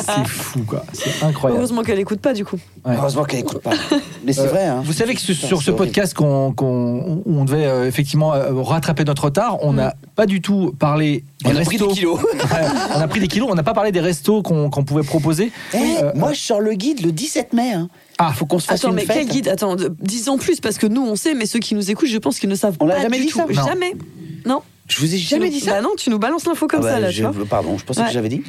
D: C'est fou, quoi. C'est incroyable.
C: Heureusement qu'elle écoute pas, du coup.
D: Ouais.
B: Heureusement qu'elle n'écoute pas. Mais c'est vrai. Hein.
D: Euh, Vous savez que ce-
B: Putain,
D: sur ce
B: c'est horrible.
D: podcast qu'on qu'on- où on devait euh, effectivement euh, rattraper notre retard, on n'a pas du tout parlé des
B: Mm. On a pris
D: restos.
B: des kilos.
D: Ouais, on a pris des kilos, on n'a pas parlé des restos qu'on qu'on pouvait proposer.
B: Eh,
D: Euh,
B: moi, je sors le guide le 17 mai. Hein.
D: Ah.
B: faut qu'on se fasse
C: Attends,
B: une
C: mais
B: fête.
C: quel guide Attends, de- disons plus, parce que nous, on sait, mais ceux qui nous écoutent, je pense qu'ils ne savent
B: On l'a
C: pas
B: jamais
C: du
B: dit
C: tout.
B: ça
D: Non.
C: Jamais. Non.
B: Je vous ai jamais dit ça.
C: Bah non, tu nous balances l'info comme
B: Ah bah,
C: ça, là,
B: je-
C: tu vois.
B: Pardon, je pensais
C: Ouais.
B: que j'avais dit.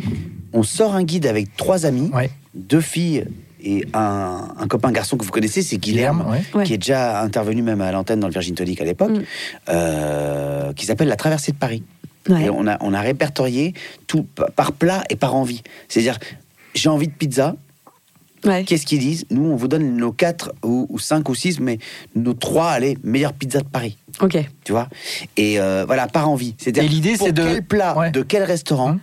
B: On sort un guide avec trois amis,
D: Ouais.
B: deux filles et un, un copain garçon que vous connaissez, c'est Guilherme,
D: Guilherme, ouais.
C: Ouais.
B: qui est déjà intervenu même à l'antenne dans le Virgin Tonic à l'époque,
C: Mm.
B: euh, qui s'appelle La Traversée de Paris.
C: Ouais.
B: Et on a, on a répertorié tout pa- par plat et par envie. C'est-à-dire, j'ai envie de pizza,
C: Ouais.
B: qu'est-ce qu'ils disent Nous, on vous donne nos quatre ou, ou cinq ou six, mais nos trois, allez, meilleure pizza de Paris.
C: Ok.
B: Tu vois Et euh, voilà, par envie. C'est-à-dire,
D: Et l'idée,
B: pour
D: c'est de-
B: Quel plat,
D: Ouais.
B: de quel restaurant
D: Hum.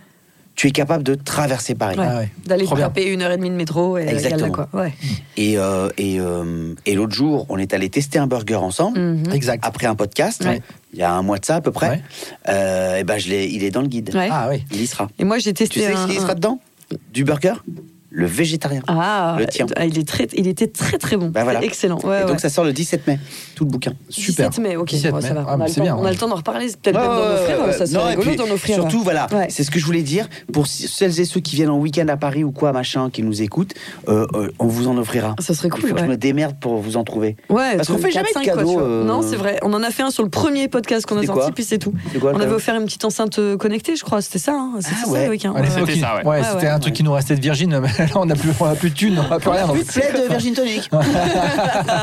B: tu es capable de traverser Paris.
C: Ouais.
D: Ah ouais.
C: D'aller
D: Trop bien.
C: frapper une heure et demie de métro et
B: Exactement.
C: y a là, quoi. Ouais.
B: Et, euh, et, euh, et l'autre jour, on est allé tester un burger ensemble.
C: Mhm.
D: Exact.
B: Après un podcast,
C: Ouais.
B: il y a un mois de ça à peu près,
D: Ouais.
B: Euh, eh ben je l'ai- il est dans le guide.
C: Ouais.
D: Ah oui.
B: Il y sera.
C: Et moi, j'ai
B: Tu
C: testé.
B: sais
C: un-
B: ce qu'il
C: un-
B: sera dedans Du burger Le végétarien.
C: Ah,
B: Le tien.
C: ah, il, est très, il était très très bon.
B: Bah voilà.
C: Excellent. Ouais,
B: et donc
C: ouais.
B: ça sort le 17 mai, tout le bouquin.
C: 17 mai, ok,
D: 17
C: bon,
D: mai.
C: ça va.
D: Ah,
C: on,
D: mais
C: a le
D: c'est
C: temps,
D: bien,
C: on a
D: ouais.
C: le temps d'en reparler, peut-être même
B: Ouais,
C: d'en
B: ouais,
C: offrir,
B: ouais, ouais.
C: ça serait
B: Non, et
C: rigolo
B: puis,
C: d'en offrir. hein.
B: Surtout, voilà,
C: Ouais.
B: c'est ce que je voulais dire. Pour c- celles et ceux qui viennent en week-end à Paris ou quoi, machin, qui nous écoutent, euh, euh, on vous en offrira.
C: Ça serait
B: Il
C: cool,
B: faut que je
C: ouais.
B: me démerde pour vous en trouver.
C: Ouais,
B: Parce qu'on fait jamais de
C: 4-5, quoi,
B: cadeaux,
C: tu vois.
B: euh,
C: Non, c'est vrai. On en a fait un sur le premier podcast qu'on a
B: C'était
C: sorti,
B: quoi
C: puis c'est tout.
B: C'est quoi, le
C: on avait
B: cadeau
C: offert une petite enceinte euh, connectée, je crois. C'était ça, hein. C'était
B: Ah
C: ça
B: ouais.
C: le week-end.
D: À
C: Ouais,
D: l'époque,
C: ouais.
E: c'était
D: il-
E: ça, ouais.
C: Ouais,
D: c'était
C: ouais.
D: un truc qui nous restait de Virgin, mais là on n'a plus, on a plus de thunes, on n'a plus rien. donc-
B: Plus de plaid de Virgin Tonic.
D: Non,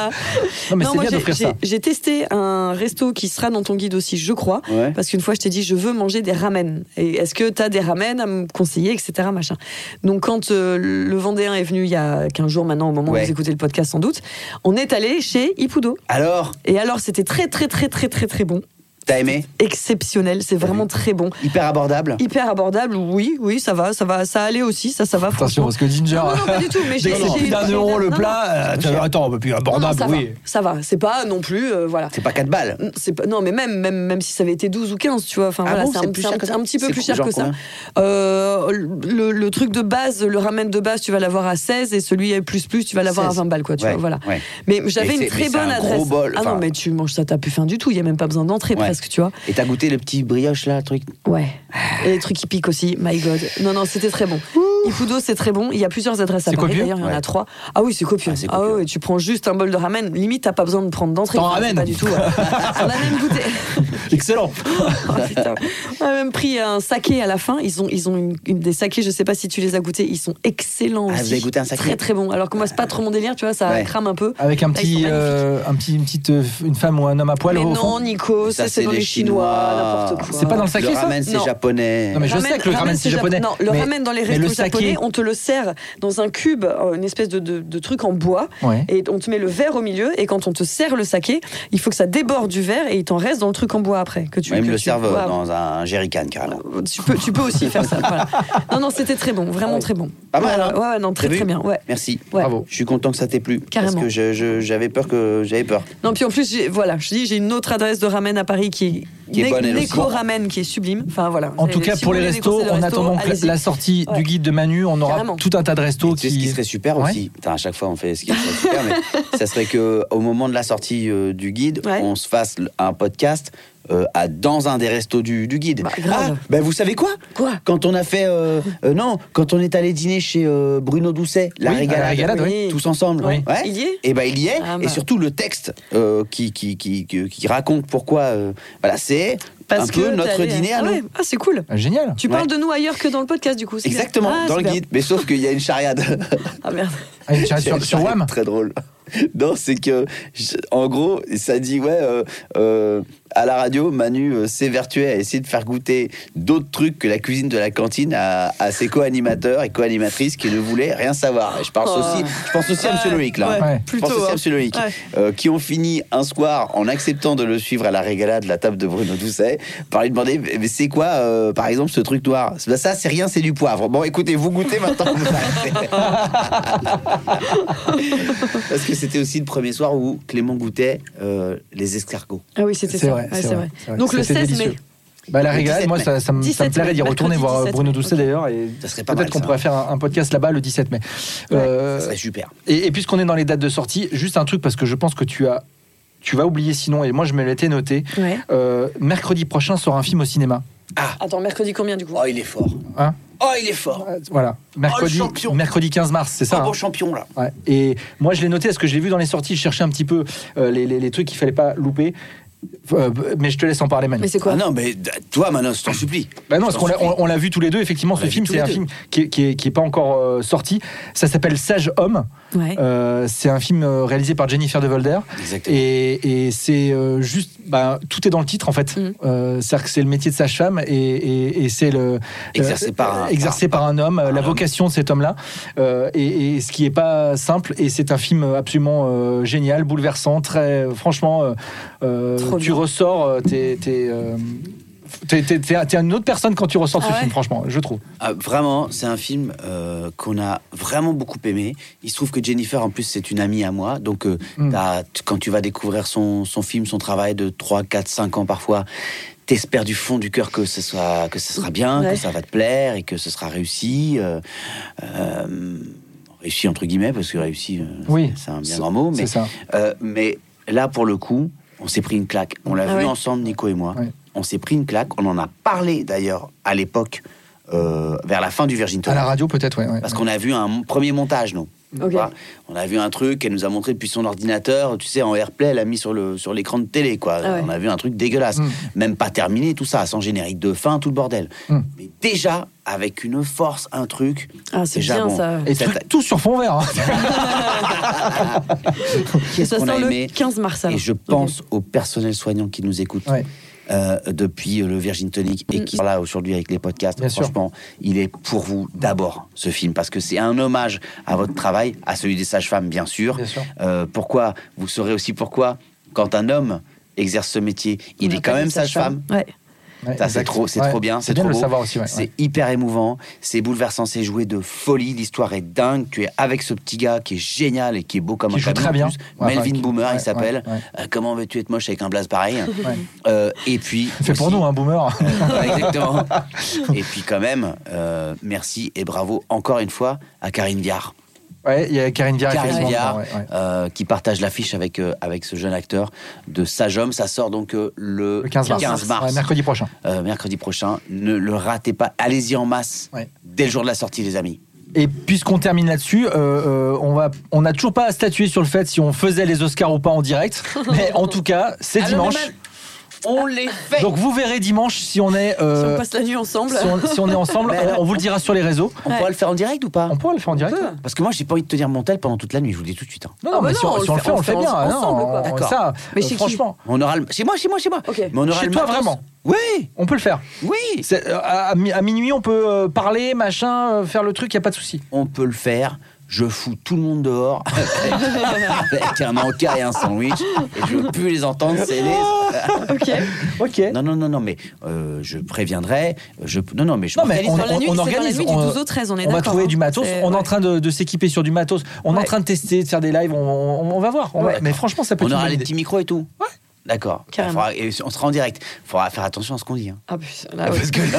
D: mais
C: Non,
D: c'est
C: moi,
D: bien
C: j'ai-
D: d'offrir ça.
C: j'ai- J'ai testé un resto qui sera dans ton guide aussi, je crois.
B: Ouais.
C: Parce qu'une fois, je t'ai dit, je veux manger des ramen. Et est-ce que tu as des ramen à me conseiller, etc. Machin. Donc, quand euh, le Vendéen est venu il y a 15 jours maintenant, au moment
B: Ouais.
C: où vous écoutez le podcast sans doute, on est allé chez Ipudo.
B: Alors,
C: Et alors, c'était très, très, très, très, très, très bon.
B: t'as aimé
C: Exceptionnel. C'est vraiment très bon.
B: Hyper abordable.
C: Hyper abordable, oui, oui, ça va, ça va, ça allait aussi, ça, ça va.
D: Attention,
C: franchement.
D: parce que Ginger.
C: Non, non, pas du tout, mais
D: Dès
C: j'ai-
D: que c'est
C: j'ai-
D: plus d'un
C: j'ai-
D: euro le
C: non,
D: plat, euh, tu vois, attends, on peut plus
C: Non, non,
D: abordable,
C: ça,
D: oui.
C: va, ça va, c'est pas non plus, euh, voilà.
B: C'est pas 4 balles.
C: C'est pas- non, mais même, même, même si ça avait été 12 ou 15, tu vois, enfin
B: Ah
C: voilà,
B: bon,
C: c'est
B: c'est
C: un,
B: plus
C: c'est
B: cher
C: un-
B: que ça
C: un petit peu
B: C'est
C: plus
B: co-
C: cher
B: genre
C: que ça.
B: combien
C: Euh, le, le truc de base, le ramen de base, tu vas l'avoir à 16 et celui à plus plus, tu vas l'avoir à
B: 16.
C: 20 balles, quoi, tu
B: Ouais,
C: vois, voilà.
B: ouais.
C: Mais j'avais
B: Mais
C: une
B: c'est-
C: très
B: mais c'est
C: bonne
B: un gros
C: adresse.
B: bol,
C: ah non,
B: enfin-
C: mais tu manges ça, t'as plus faim du tout, il n'y a même pas besoin d'entrer
B: Ouais.
C: presque, tu vois.
B: Et t'as goûté le petit brioche là, truc
C: Ouais. Et les trucs qui piquent aussi, my god. Non, non, c'était très bon. Ipudo, c'est très bon. Il y a plusieurs adresses à
D: C'est
C: Paris,
D: copieux
C: d'ailleurs, il y en a
B: Ouais.
C: trois. Ah oui, c'est copieux.
B: Ah, c'est
C: Ah,
B: copieux.
C: ouais, tu prends juste un bol de ramen. Limite, t'as pas besoin de prendre d'entrée.
D: T'en
C: Enfin, c'est
D: ramènes.
C: Pas du tout. ouais. On a même goûté.
D: Excellent.
C: Oh, putain. On a même pris un saké à la fin. Ils ont, ils ont une- une- des sakés, je sais pas si tu les as goûtés. Ils sont excellents
B: Ah,
C: aussi.
B: vous avez goûté un saké
C: Très, très bon. Alors que moi, c'est pas trop mon délire, tu vois, ça
B: Ouais.
C: crame un peu.
D: Avec un
C: Là, ils sont
D: petit, euh, un petit, une petite, euh, une femme ou un homme à poil
C: Mais
D: au fond.
C: non, Nico,
B: Ça,
C: Oh, ça, c'est
B: c'est
C: dans
B: les
C: les Chinois,
B: Chinois.
C: n'importe quoi.
D: C'est pas dans le
B: Le
D: saké ça
B: ramen, c'est
C: Non.
B: japonais.
D: Non, mais je
C: Ramen-
D: sais que le ramen, c'est
C: jap-
D: japonais.
C: Non, le
D: mais-
C: ramen dans les
D: mais le
C: restos
D: saké-
C: japonais, on te le sert dans un cube, euh, une espèce de, de- de truc en bois,
D: Ouais.
C: et on te met le verre au milieu. Et quand on te sert le saké, il faut que ça déborde du verre et il t'en reste dans le truc en bois après que tu.
B: Même
C: que
B: le
C: tu
B: servent
C: bois.
B: dans un jerrycan carrément.
C: Tu peux, tu peux aussi faire ça. voilà. Non, non, c'était très bon, vraiment très bon.
B: Pas mal, hein
C: Ouais, ouais, non, très
B: T'as vu
C: très bien. Ouais.
B: Merci.
C: Ouais.
D: Bravo.
B: Je suis content que ça t'ait plu.
C: Carrément.
B: Parce que je- je- j'avais peur que j'avais peur.
C: Non, puis en plus, j'ai- voilà, je dis, j'ai une autre adresse de ramen à Paris qui est,
B: Qui est bonne, elle aussi.
C: Neko Ramen, qui est sublime. Enfin voilà.
D: En tout
C: Si
D: cas,
C: vous
D: pour les
C: voulez
D: restos,
C: découvrir
D: en
C: le
D: attendant que la-
C: allez-y.
D: la sortie
C: Ouais.
D: du guide de Manu, on aura
C: Carrément.
D: tout un tas de restos
B: Tu sais, ce qui serait super
D: Ouais.
B: aussi. Putain, à chaque fois, on fait ce qui serait super, mais ça serait que au moment de la sortie euh, du guide,
C: Ouais.
B: on se fasse l- un podcast euh, à, dans un des restos du, du guide.
C: Bah, grave.
B: Ah, ben vous savez quoi
C: Quoi
B: Quand on a fait. euh, euh, non, quand on est allé dîner chez euh, Bruno Doucet, la
D: Oui, à la
B: régalade.
D: régalade,
C: oui.
B: Tous ensemble.
C: Oui. Il y est
B: Et ben il y est.
C: Ah,
B: Et
C: bah.
B: surtout, le texte euh, qui, qui, qui, qui- qui raconte pourquoi. euh, voilà, c'est un
C: Parce que
B: peu
C: t'as
B: notre
C: les-
B: dîner à nous.
C: Ouais. Ah, c'est cool.
D: Ah, Génial.
C: Tu
B: Ouais.
C: parles de nous ailleurs que dans le podcast, du coup. c'est bien.
B: Exactement,
C: Ah,
B: dans le
C: super.
B: guide. Mais sauf qu'il y a une chariade.
C: Ah merde.
D: Ah, une charrette sur, sur
B: Ça,
D: WAM
B: Très drôle. Non, c'est que, je- en gros, ça dit, ouais, euh, euh, à la radio, Manu euh, s'évertuait à essayer de faire goûter d'autres trucs que la cuisine de la cantine à, à ses co-animateurs et co-animatrices qui ne voulaient rien savoir. Et je, pense
C: Oh.
B: aussi, je pense aussi à
C: Ouais,
B: M. Loïc, là.
C: ouais,
D: Ouais.
B: Je
C: plutôt,
B: pense aussi à
C: hein.
B: M. Loïc,
C: Ouais.
B: euh, qui ont fini un soir en acceptant de le suivre à la régalade de la table de Bruno Doucet, par lui demander Mais mais c'est quoi, euh, par exemple, ce truc noir Ben, Ça, c'est rien, c'est du poivre. Bon, écoutez, vous goûtez maintenant. vous arrêtez. Parce que c'était aussi le premier soir où Clément goûtait euh, les escargots.
C: Ah oui, c'était
D: C'est
C: ça.
D: vrai,
C: Ouais,
D: c'est
C: c'est
D: vrai,
C: vrai.
D: c'est vrai.
C: Donc le
D: C'était
C: 16
D: délicieux.
C: mai.
D: Bah, la régalade,
B: 17
D: moi,
B: mai.
D: ça, ça me- ça
C: 17
D: me plairait d'y
C: mai,
D: retourner
C: mercredi
D: voir
C: 17
D: Bruno
C: mai,
D: Doucet
C: ok.
D: d'ailleurs. et
B: Ça serait pas
D: Peut-être
B: mal,
D: qu'on
B: ça.
D: pourrait faire un, un podcast là-bas le 17 mai. Euh,
B: Ça serait super.
D: et et puisqu'on est dans les dates de sortie, juste un truc parce que je pense que tu as. Tu vas oublier sinon, et moi je me l'étais noté.
C: Ouais.
D: Euh, mercredi prochain sort un film au cinéma.
C: Attends, mercredi combien du coup
B: Oh, il est fort.
D: Hein
B: oh, il est fort.
D: Euh, Voilà. Mercredi,
B: Oh, champion.
D: mercredi 15 mars, c'est ça
B: un
D: hein
B: bon champion, là.
D: Ouais. Et moi, je l'ai noté parce que je l'ai vu dans les sorties. Je cherchais un petit peu euh, les, les- les trucs qu'il fallait pas louper. Euh, mais je te laisse en parler, Manu.
C: Mais c'est quoi
B: ah non, mais d- toi, Manos, je t'en supplie.
D: Bah non, parce
B: Je
D: qu'on
B: t'en
D: l'a-
B: supplie.
D: on- on l'a vu tous les deux. Effectivement,
B: l'a
D: ce
B: vu
D: film,
B: tous
D: c'est
B: les
D: un
B: deux.
D: film qui est, qui est- qui est pas encore euh, sorti. Ça s'appelle Sage Homme.
C: Ouais.
D: Euh, c'est un film euh, réalisé par Jennifer De Volder.
B: Exactement.
D: Et, et c'est euh, juste, bah, tout est dans le titre en fait.
C: Mhm.
D: Euh, C'est-à-dire que c'est le métier de sage-femme et, et- et c'est le
B: Exercé
D: euh,
B: par un-
D: exercé par, un homme, euh, la
B: homme.
D: vocation de cet homme-là. Euh, et, et ce qui est pas simple. Et c'est un film absolument euh, génial, bouleversant, très franchement, euh, euh,
C: Trop
D: tu
C: bien.
D: ressors, euh, t'es t'es, euh, t'es- t'es- t'es- t'es une autre personne quand tu ressors de
C: Ah
D: ce
C: ouais
D: film, franchement, je trouve.
B: Ah, vraiment, c'est un film euh, qu'on a vraiment beaucoup aimé. Il se trouve que Jennifer, en plus, c'est une amie à moi. Donc, euh,
D: Mm.
B: t'as- t- quand tu vas découvrir son, son film, son travail de 3, 4, 5 ans parfois, t'espères du fond du cœur que ce, soit, que ce sera bien,
C: Ouais.
B: que ça va te plaire et que ce sera réussi. euh, euh, réussi, entre guillemets, parce que réussi, euh,
D: Oui.
B: c'est c'est un bien grand mot.
D: C'est
B: Mais,
D: ça.
B: euh, mais là, pour le coup, on s'est pris une claque. On l'a
C: Ah
B: vu
C: ouais.
B: ensemble, Nico et moi.
D: Ouais.
B: On s'est pris une claque. On en a parlé d'ailleurs à l'époque, euh, vers la fin du Virgin
D: À
B: Talk.
D: la radio peut-être, ouais. ouais.
B: Parce qu'on a vu un premier montage, non
C: Ok.
B: On a vu un truc, elle nous a montré depuis son ordinateur, tu sais, en AirPlay, elle a mis sur le- sur l'écran de télé, quoi.
C: Ah ouais.
B: On a vu un truc dégueulasse.
D: Mm.
B: Même pas terminé, tout ça, sans générique de fin, tout le bordel.
D: Mm.
B: Mais déjà, avec une force, un truc.
C: Ah, c'est
B: déjà,
C: bien
B: bon,
C: ça.
D: Et tout, tout sur fond vert. hein.
B: qu'est-ce
C: ça
B: qu'on a
C: sort
B: aimé
C: le 15 mars.
B: Et
C: alors.
B: je pense aux personnels soignants qui nous écoutent
D: Ouais.
B: euh, depuis euh, le Virgin Tonic
C: Mm.
B: et qui sont là aujourd'hui avec les podcasts.
D: Bien sûr.
B: Franchement, il est pour vous d'abord ce film parce que c'est un hommage à votre travail, à celui des sages-femmes bien sûr.
D: Bien sûr.
B: Euh, pourquoi Vous saurez aussi pourquoi quand un homme exerce ce métier, il est
C: On appelle
B: quand même
C: les
B: sage-femme.
C: sages-femmes. Ouais.
D: Ouais,
B: Ça, c'est
D: exact.
B: trop, c'est
D: Ouais.
B: trop bien, c'est trop
D: de le
B: beau.
D: savoir aussi. ouais,
B: C'est
D: ouais.
B: hyper émouvant, c'est bouleversant, c'est joué de folie, l'histoire est dingue. Tu es avec ce petit gars qui est génial et qui est beau comme
D: Qui
B: un
D: joue
B: camion
D: très
B: en
D: bien.
B: plus.
D: Ouais,
B: Melvin
D: enfin, qui-
B: Boomer,
D: ouais,
B: il s'appelle.
D: ouais, ouais.
B: Euh, comment veux-tu être moche avec un blaze pareil
D: Ouais.
B: Euh, Et puis.
D: Fait pour
B: aussi-
D: nous, hein. un boomer.
B: Ouais, Exactement. Et puis quand même, euh, merci et bravo encore une fois à Karine Viard.
D: Ouais, il y a Karine Viard.
B: Karine
D: Ah, effectivement,
B: Viard,
D: ouais, ouais.
B: euh, qui partage l'affiche avec, euh, avec ce jeune acteur de Sage Homme. Ça sort donc euh, le,
D: Le 15 mars. Ouais, mercredi prochain.
B: euh, mercredi prochain. Ne le ratez pas. Allez-y en masse
D: Ouais.
B: dès le jour de la sortie, les amis.
D: Et puisqu'on termine là-dessus, euh, euh, on va, on n'a toujours pas à statuer sur le fait si on faisait les Oscars ou pas en direct. Mais en tout cas, c'est dimanche.
B: On les fait.
D: Donc vous verrez dimanche si on est,
C: Si on
D: euh,
C: passe la nuit ensemble.
D: si on, si on est ensemble,
B: Mais
D: on, on vous le dira sur les réseaux.
B: on pourra le faire en direct ou pas
D: On pourra le faire en direct. hein.
C: peut.
B: Parce que moi, j'ai pas envie de tenir mon tel pendant toute la nuit. Je vous le dis tout de suite. hein.
D: Non,
C: Ah bah
D: mais si
C: non,
D: on,
C: on
D: si on le fait, on le fait bien.
C: ensemble,
D: non,
C: quoi.
D: on-
B: D'accord.
D: Ça,
C: Mais
D: euh,
C: chez qui
D: franchement,
B: On aura le... Chez moi, chez moi, chez moi.
C: Ok.
B: Mais on aura
D: Chez
B: le
D: toi,
B: matos.
D: vraiment
B: Oui,
D: on peut le faire.
B: oui.
D: C'est- euh, à, à mi- à minuit, on peut euh, parler, machin, euh, faire le truc, il n'y a pas de souci.
B: on peut le faire. Je fous tout le monde dehors avec, avec un encas et un sandwich et je veux plus les entendre sceller.
C: Ok.
D: Ok.
B: Non, non, non, non, mais euh, je préviendrai. Je, non, non, mais je
D: Non, mais
B: m'organise.
D: on,
C: Dans la
D: on-
C: nuit,
D: on
C: c'est dans la
D: organise.
C: nuit du
D: on,
C: 12 au 13, on est
D: va
C: d'accord,
D: trouver
C: hein.
D: du matos.
C: C'est-
D: On est en
C: ouais.
D: train de, de s'équiper sur du matos. On est en
C: Ouais.
D: train de tester, de faire des lives. On, on- on va voir. on va-
C: Ouais.
D: Mais franchement, ça peut
B: On
D: être une
B: aura
D: bonne
B: les
D: idée.
B: petits micros et tout. Ouais. D'accord. Bah,
C: Carrément.
B: Faudra- et on sera en direct. Faudra faire attention à ce qu'on dit. hein.
C: Ah putain, là, ouais.
B: Parce que là,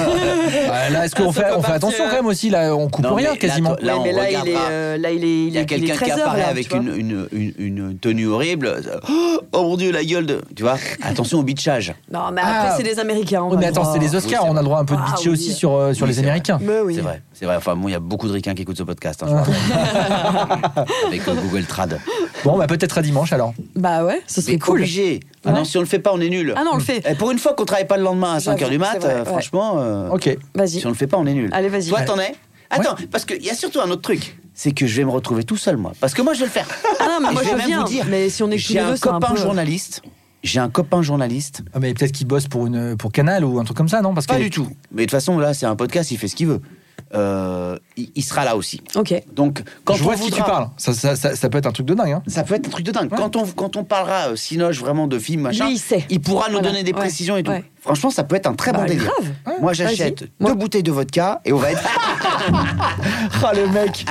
D: Bah, là, est-ce qu'on
C: Ça
D: fait,
C: peut
D: on fait
C: partir,
D: attention
C: ouais.
D: quand même aussi Là, on coupe
B: Non, mais
D: rien
B: là,
D: quasiment.
B: toi- là,
C: Ouais, mais
B: on
C: là, il est,
B: regardera.
C: euh, là, il est,
B: il y a
C: il est
B: quelqu'un qui
C: 13 heures,
B: apparaît
C: là,
B: avec
C: tu vois.
B: une, une- une- une tenue horrible. Oh, oh mon dieu, la gueule de. Tu vois Attention au bitchage.
C: Non, mais après,
D: Ah.
C: c'est les Américains. on
D: Oh,
C: va
D: mais attends,
C: voir.
D: c'est les Oscars. on a le droit à un peu de
C: Ah,
D: bitch
C: oui.
D: aussi sur, euh, sur
B: Oui,
D: les
B: c'est vrai.
D: Américains.
C: Mais oui.
B: C'est vrai, c'est vrai. Enfin bon, il y a beaucoup de ricains qui écoutent ce podcast. hein, je crois. Avec euh, Google Trad.
D: Bon, bah peut-être à dimanche alors.
C: Bah ouais, ce serait
B: Mais
C: cool.
B: obligé. Ah non, si on le fait pas, on est nul.
C: Ah non, on le fait.
B: Eh, Pour une fois qu'on travaille pas le lendemain à 5h du
C: J'avoue, c'est
B: mat,
C: vrai,
B: euh,
C: ouais.
B: franchement, euh,
D: Ok.
C: Vas-y.
B: si on le fait pas, on est nul.
C: Allez, vas-y.
B: Toi, t'en es Attends, parce qu'il y a surtout un autre truc. C'est que je vais me retrouver tout seul, moi. Parce que moi, je vais le faire.
C: Ah non, mais
B: Et
C: moi,
B: je vais
C: je
B: même
C: viens.
B: vous dire.
C: Mais si on est que tous
B: J'ai
C: les
B: un
C: deux, c'est un
B: copain
C: peu-
B: journaliste J'ai un copain journaliste.
D: Ah, Mais peut-être qu'il bosse pour, une, pour Canal ou un truc comme ça, non Parce
B: Pas
D: que-
B: du tout. Mais de toute façon, là, c'est un podcast, il fait ce qu'il veut. Euh, il, il sera là aussi.
C: Ok.
B: Donc, quand
D: je
B: on
D: vois de qui tu
B: voudra-
D: parles. Ça, ça, ça, ça peut être un truc de dingue. Hein.
B: Ça peut être un truc de dingue. Quand, on, quand on parlera, euh, Sinoche, vraiment de films, machin,
C: Lui, il sait.
B: pourra nous
C: Voilà.
B: donner des
C: Ouais.
B: précisions et tout.
C: Ouais.
B: Franchement, ça peut être un très
C: Bah,
B: bon délire.
C: grave.
B: Moi, j'achète
C: Vas-y.
B: deux
C: Moi-
B: bouteilles de vodka et on va être.
D: Ah, le mec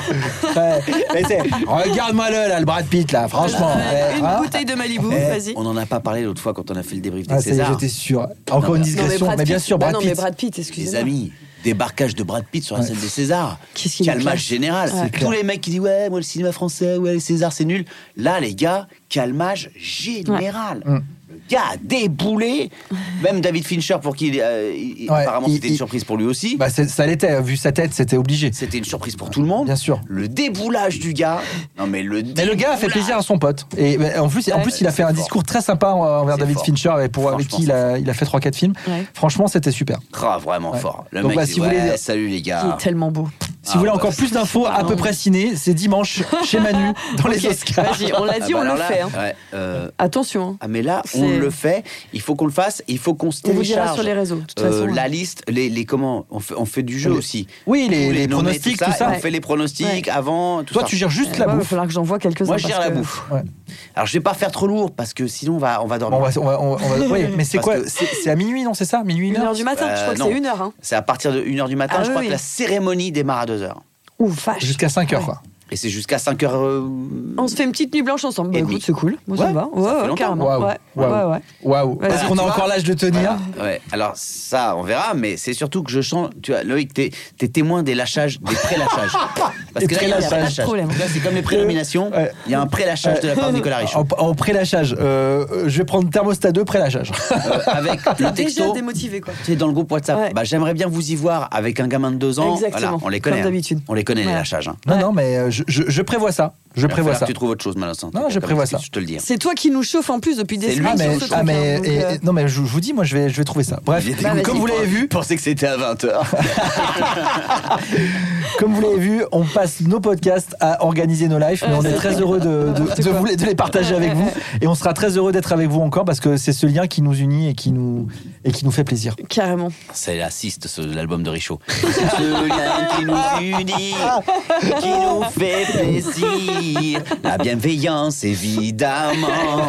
D: Ouais. Mais c'est- Regarde-moi le, là, le Brad Pitt, là, franchement. Ouais,
C: Ah, Une
D: hein
C: bouteille de Malibu, vas-y.
B: on n'en a pas parlé l'autre fois quand on a fait le débrief des
D: Ah, ça y est,
B: Césars.
D: j'étais sûr. Encore une discrétion. Mais,
C: Brad
D: bien
C: Pitt-
D: sûr,
C: Bah
D: Brad
C: non,
D: Pitt.
C: mais Brad Pitt,
B: Les
C: excusez-moi.
B: amis, débarquage de Brad Pitt sur la scène des Césars.
C: Qu'est-ce qu'il est
B: Calmage
C: classe.
B: général.
C: Ouais.
B: Tous les mecs qui disent ouais, moi le cinéma français, ouais les Césars c'est nul. Là les gars, calmage général. Le gars a déboulé. Même David Fincher pour qui euh, il- il-
D: Ouais,
B: apparemment
D: il-
B: c'était une
D: il-
B: surprise pour lui aussi.
D: Bah, c'est- ça l'était, vu sa tête, c'était obligé.
B: c'était une surprise pour tout le monde.
D: Bien sûr.
B: Le déboulage du gars. Non mais le.
D: Mais le gars a fait
B: déboulage.
D: plaisir à son pote. Et bah, en plus, en
C: Ouais.
D: plus il a fait
B: C'est
D: un
B: fort.
D: discours très sympa envers
B: C'est
D: David
B: fort.
D: Fincher et pour, avec
B: Franchement,
D: qui il
B: c'est
D: a, il a fait 3-4 films.
C: Ouais.
D: Franchement, c'était super.
B: Ah, vraiment
D: Ouais.
B: fort. Le
D: Donc,
B: mec
D: bah,
B: dit,
D: si vous voulez-
B: ouais, salut les
C: Il
B: gars.
C: est tellement beau.
D: Si vous voulez
B: Ah,
C: bah,
D: encore
B: ouais.
D: plus d'infos à peu près ciné, c'est dimanche chez Manu dans les
C: Ok,
D: Oscars.
C: Vas-y, on l'a
B: Ah,
C: dit,
B: bah,
C: on le
B: alors là,
C: fait. hein.
B: ouais, euh,
C: Attention. hein.
B: Ah mais là,
C: C'est-
B: on le fait. Il faut qu'on le fasse. Il faut qu'on se
C: On vous dira
B: télécharge.
C: sur les réseaux, de toute
B: euh,
C: façon, hein. ouais.
B: la liste, les, les comment on fait, on fait du jeu
D: Oui.
B: aussi.
D: Oui, les-
B: Tous
D: les
B: nommés,
D: pronostics, tout ça.
B: On fait les pronostics
C: Ouais.
B: avant. Tout
D: Toi,
B: ça.
D: tu gères juste
C: Ouais,
D: la
C: Il va
D: bouffe.
C: falloir que j'envoie quelques-uns.
B: Moi, je gère
C: parce
B: la
C: que-
B: bouffe.
D: Ouais.
B: Alors, je vais pas faire trop lourd parce que sinon on va on va dormir.
D: On va- on va- on va- on va- oui, mais c'est
B: Ah Parce
D: quoi
B: que-
D: C'est c'est à minuit, non C'est ça Minuit, une
C: Une
D: heure
C: heure du matin, je
B: Euh,
C: crois que
B: non.
C: c'est une heure. hein.
B: C'est à partir de 1h du matin.
C: Ah,
B: je crois
C: oui.
B: que la cérémonie démarre à 2h.
C: Ouh, vache.
D: Jusqu'à 5 heures, quoi.
B: Et c'est jusqu'à euh, 5h.
C: On se fait une petite nuit blanche ensemble. Bah,
B: Et demi.
C: écoute, c'est cool. Moi, ça
B: Ouais,
C: me va.
B: ça
C: Ouais,
B: fait
C: ouais,
B: longtemps.
C: carrément.
D: Waouh.
C: Ouais,
D: Waouh.
C: ouais, ouais.
D: Waouh.
C: Vas-y,
D: Est-ce qu'on
B: tu
D: a
B: vois.
D: encore l'âge de hein tenir
B: Ouais, alors ça, on verra, mais c'est surtout que je sens, tu vois, Loïc, t'es es témoin des lâchages, des pré-lâchages. Parce
D: Des
B: que là, il y a
D: pré-lâchages.
B: pas de Euh, lâchage.
C: Pas de problème.
B: Là, c'est comme les prénominations,
D: Ouais.
B: il y a un pré-lâchage de la part de Nicolas Richon.
D: En, en prélâchage, euh, euh, je vais prendre thermostat 2 prélâchage.
B: Euh, avec le
C: Déjà
B: texto,
C: démotivé, quoi.
B: tu es dans le groupe WhatsApp.
C: Ouais.
B: Bah, J'aimerais bien vous y voir avec un gamin de 2 ans.
C: Exactement.
B: Voilà, on les connaît.
C: Comme
B: hein.
C: d'habitude.
B: On les connaît, les
C: Ouais.
B: lâchages. hein.
D: Non,
C: Ouais.
D: non, mais euh, je, je- je prévois ça.
B: Il
D: Je
B: va
D: prévois
B: falloir
D: ça.
B: que Tu trouves autre chose, Malheureusement.
D: Non, je prévois ça.
B: Je te le dis. hein.
C: C'est toi qui nous chauffe en plus depuis des
B: C'est lui
D: Ah,
C: semaines.
D: mais,
C: sur ce
D: ah,
C: truc,
D: mais-
C: hein, donc,
D: et-
C: euh,
D: et- non, mais je, je vous dis, moi, je vais, je vais trouver ça. Bref,
B: Il était
C: Bah,
D: comme-
C: vas-y.
D: comme vous l'avez vu,
B: Je pensais que c'était à 20h.
D: Comme vous l'avez vu, on passe nos podcasts à organiser nos lives, mais
C: Ouais,
D: on est
C: Euh, c'est
D: très heureux de, de- de vous les, de les partager avec vous. Et on sera très heureux d'être avec vous encore parce que c'est ce lien qui nous unit et qui nous, et qui nous fait plaisir.
C: Carrément.
B: C'est l'assiste ce- de l'album de Richaud. C'est ce lien qui nous unit, qui nous fait plaisir. La bienveillance, évidemment.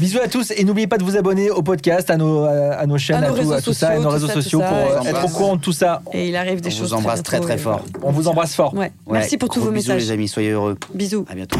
D: Bisous à tous et n'oubliez pas de vous abonner au podcast, à nos, euh, à, à nos chaînes,
C: À
D: à,
C: nos
D: tout, à
C: réseaux
D: tout ça, et
C: sociaux,
D: nos
C: tout
D: réseaux
C: ça, tout
D: sociaux
C: ça,
D: pour
C: et
D: euh,
C: on
D: être au
B: embrasse.
D: courant de tout ça.
C: Et il arrive des
B: On
C: choses.
B: vous embrasse très,
C: bientôt,
B: très
C: et
B: fort.
C: voilà.
D: On vous embrasse fort.
C: Ouais. Merci
B: Ouais,
C: pour tous
B: gros
C: vos
B: bisous,
C: messages.
B: les amis. Soyez heureux.
C: Bisous.
B: À bientôt.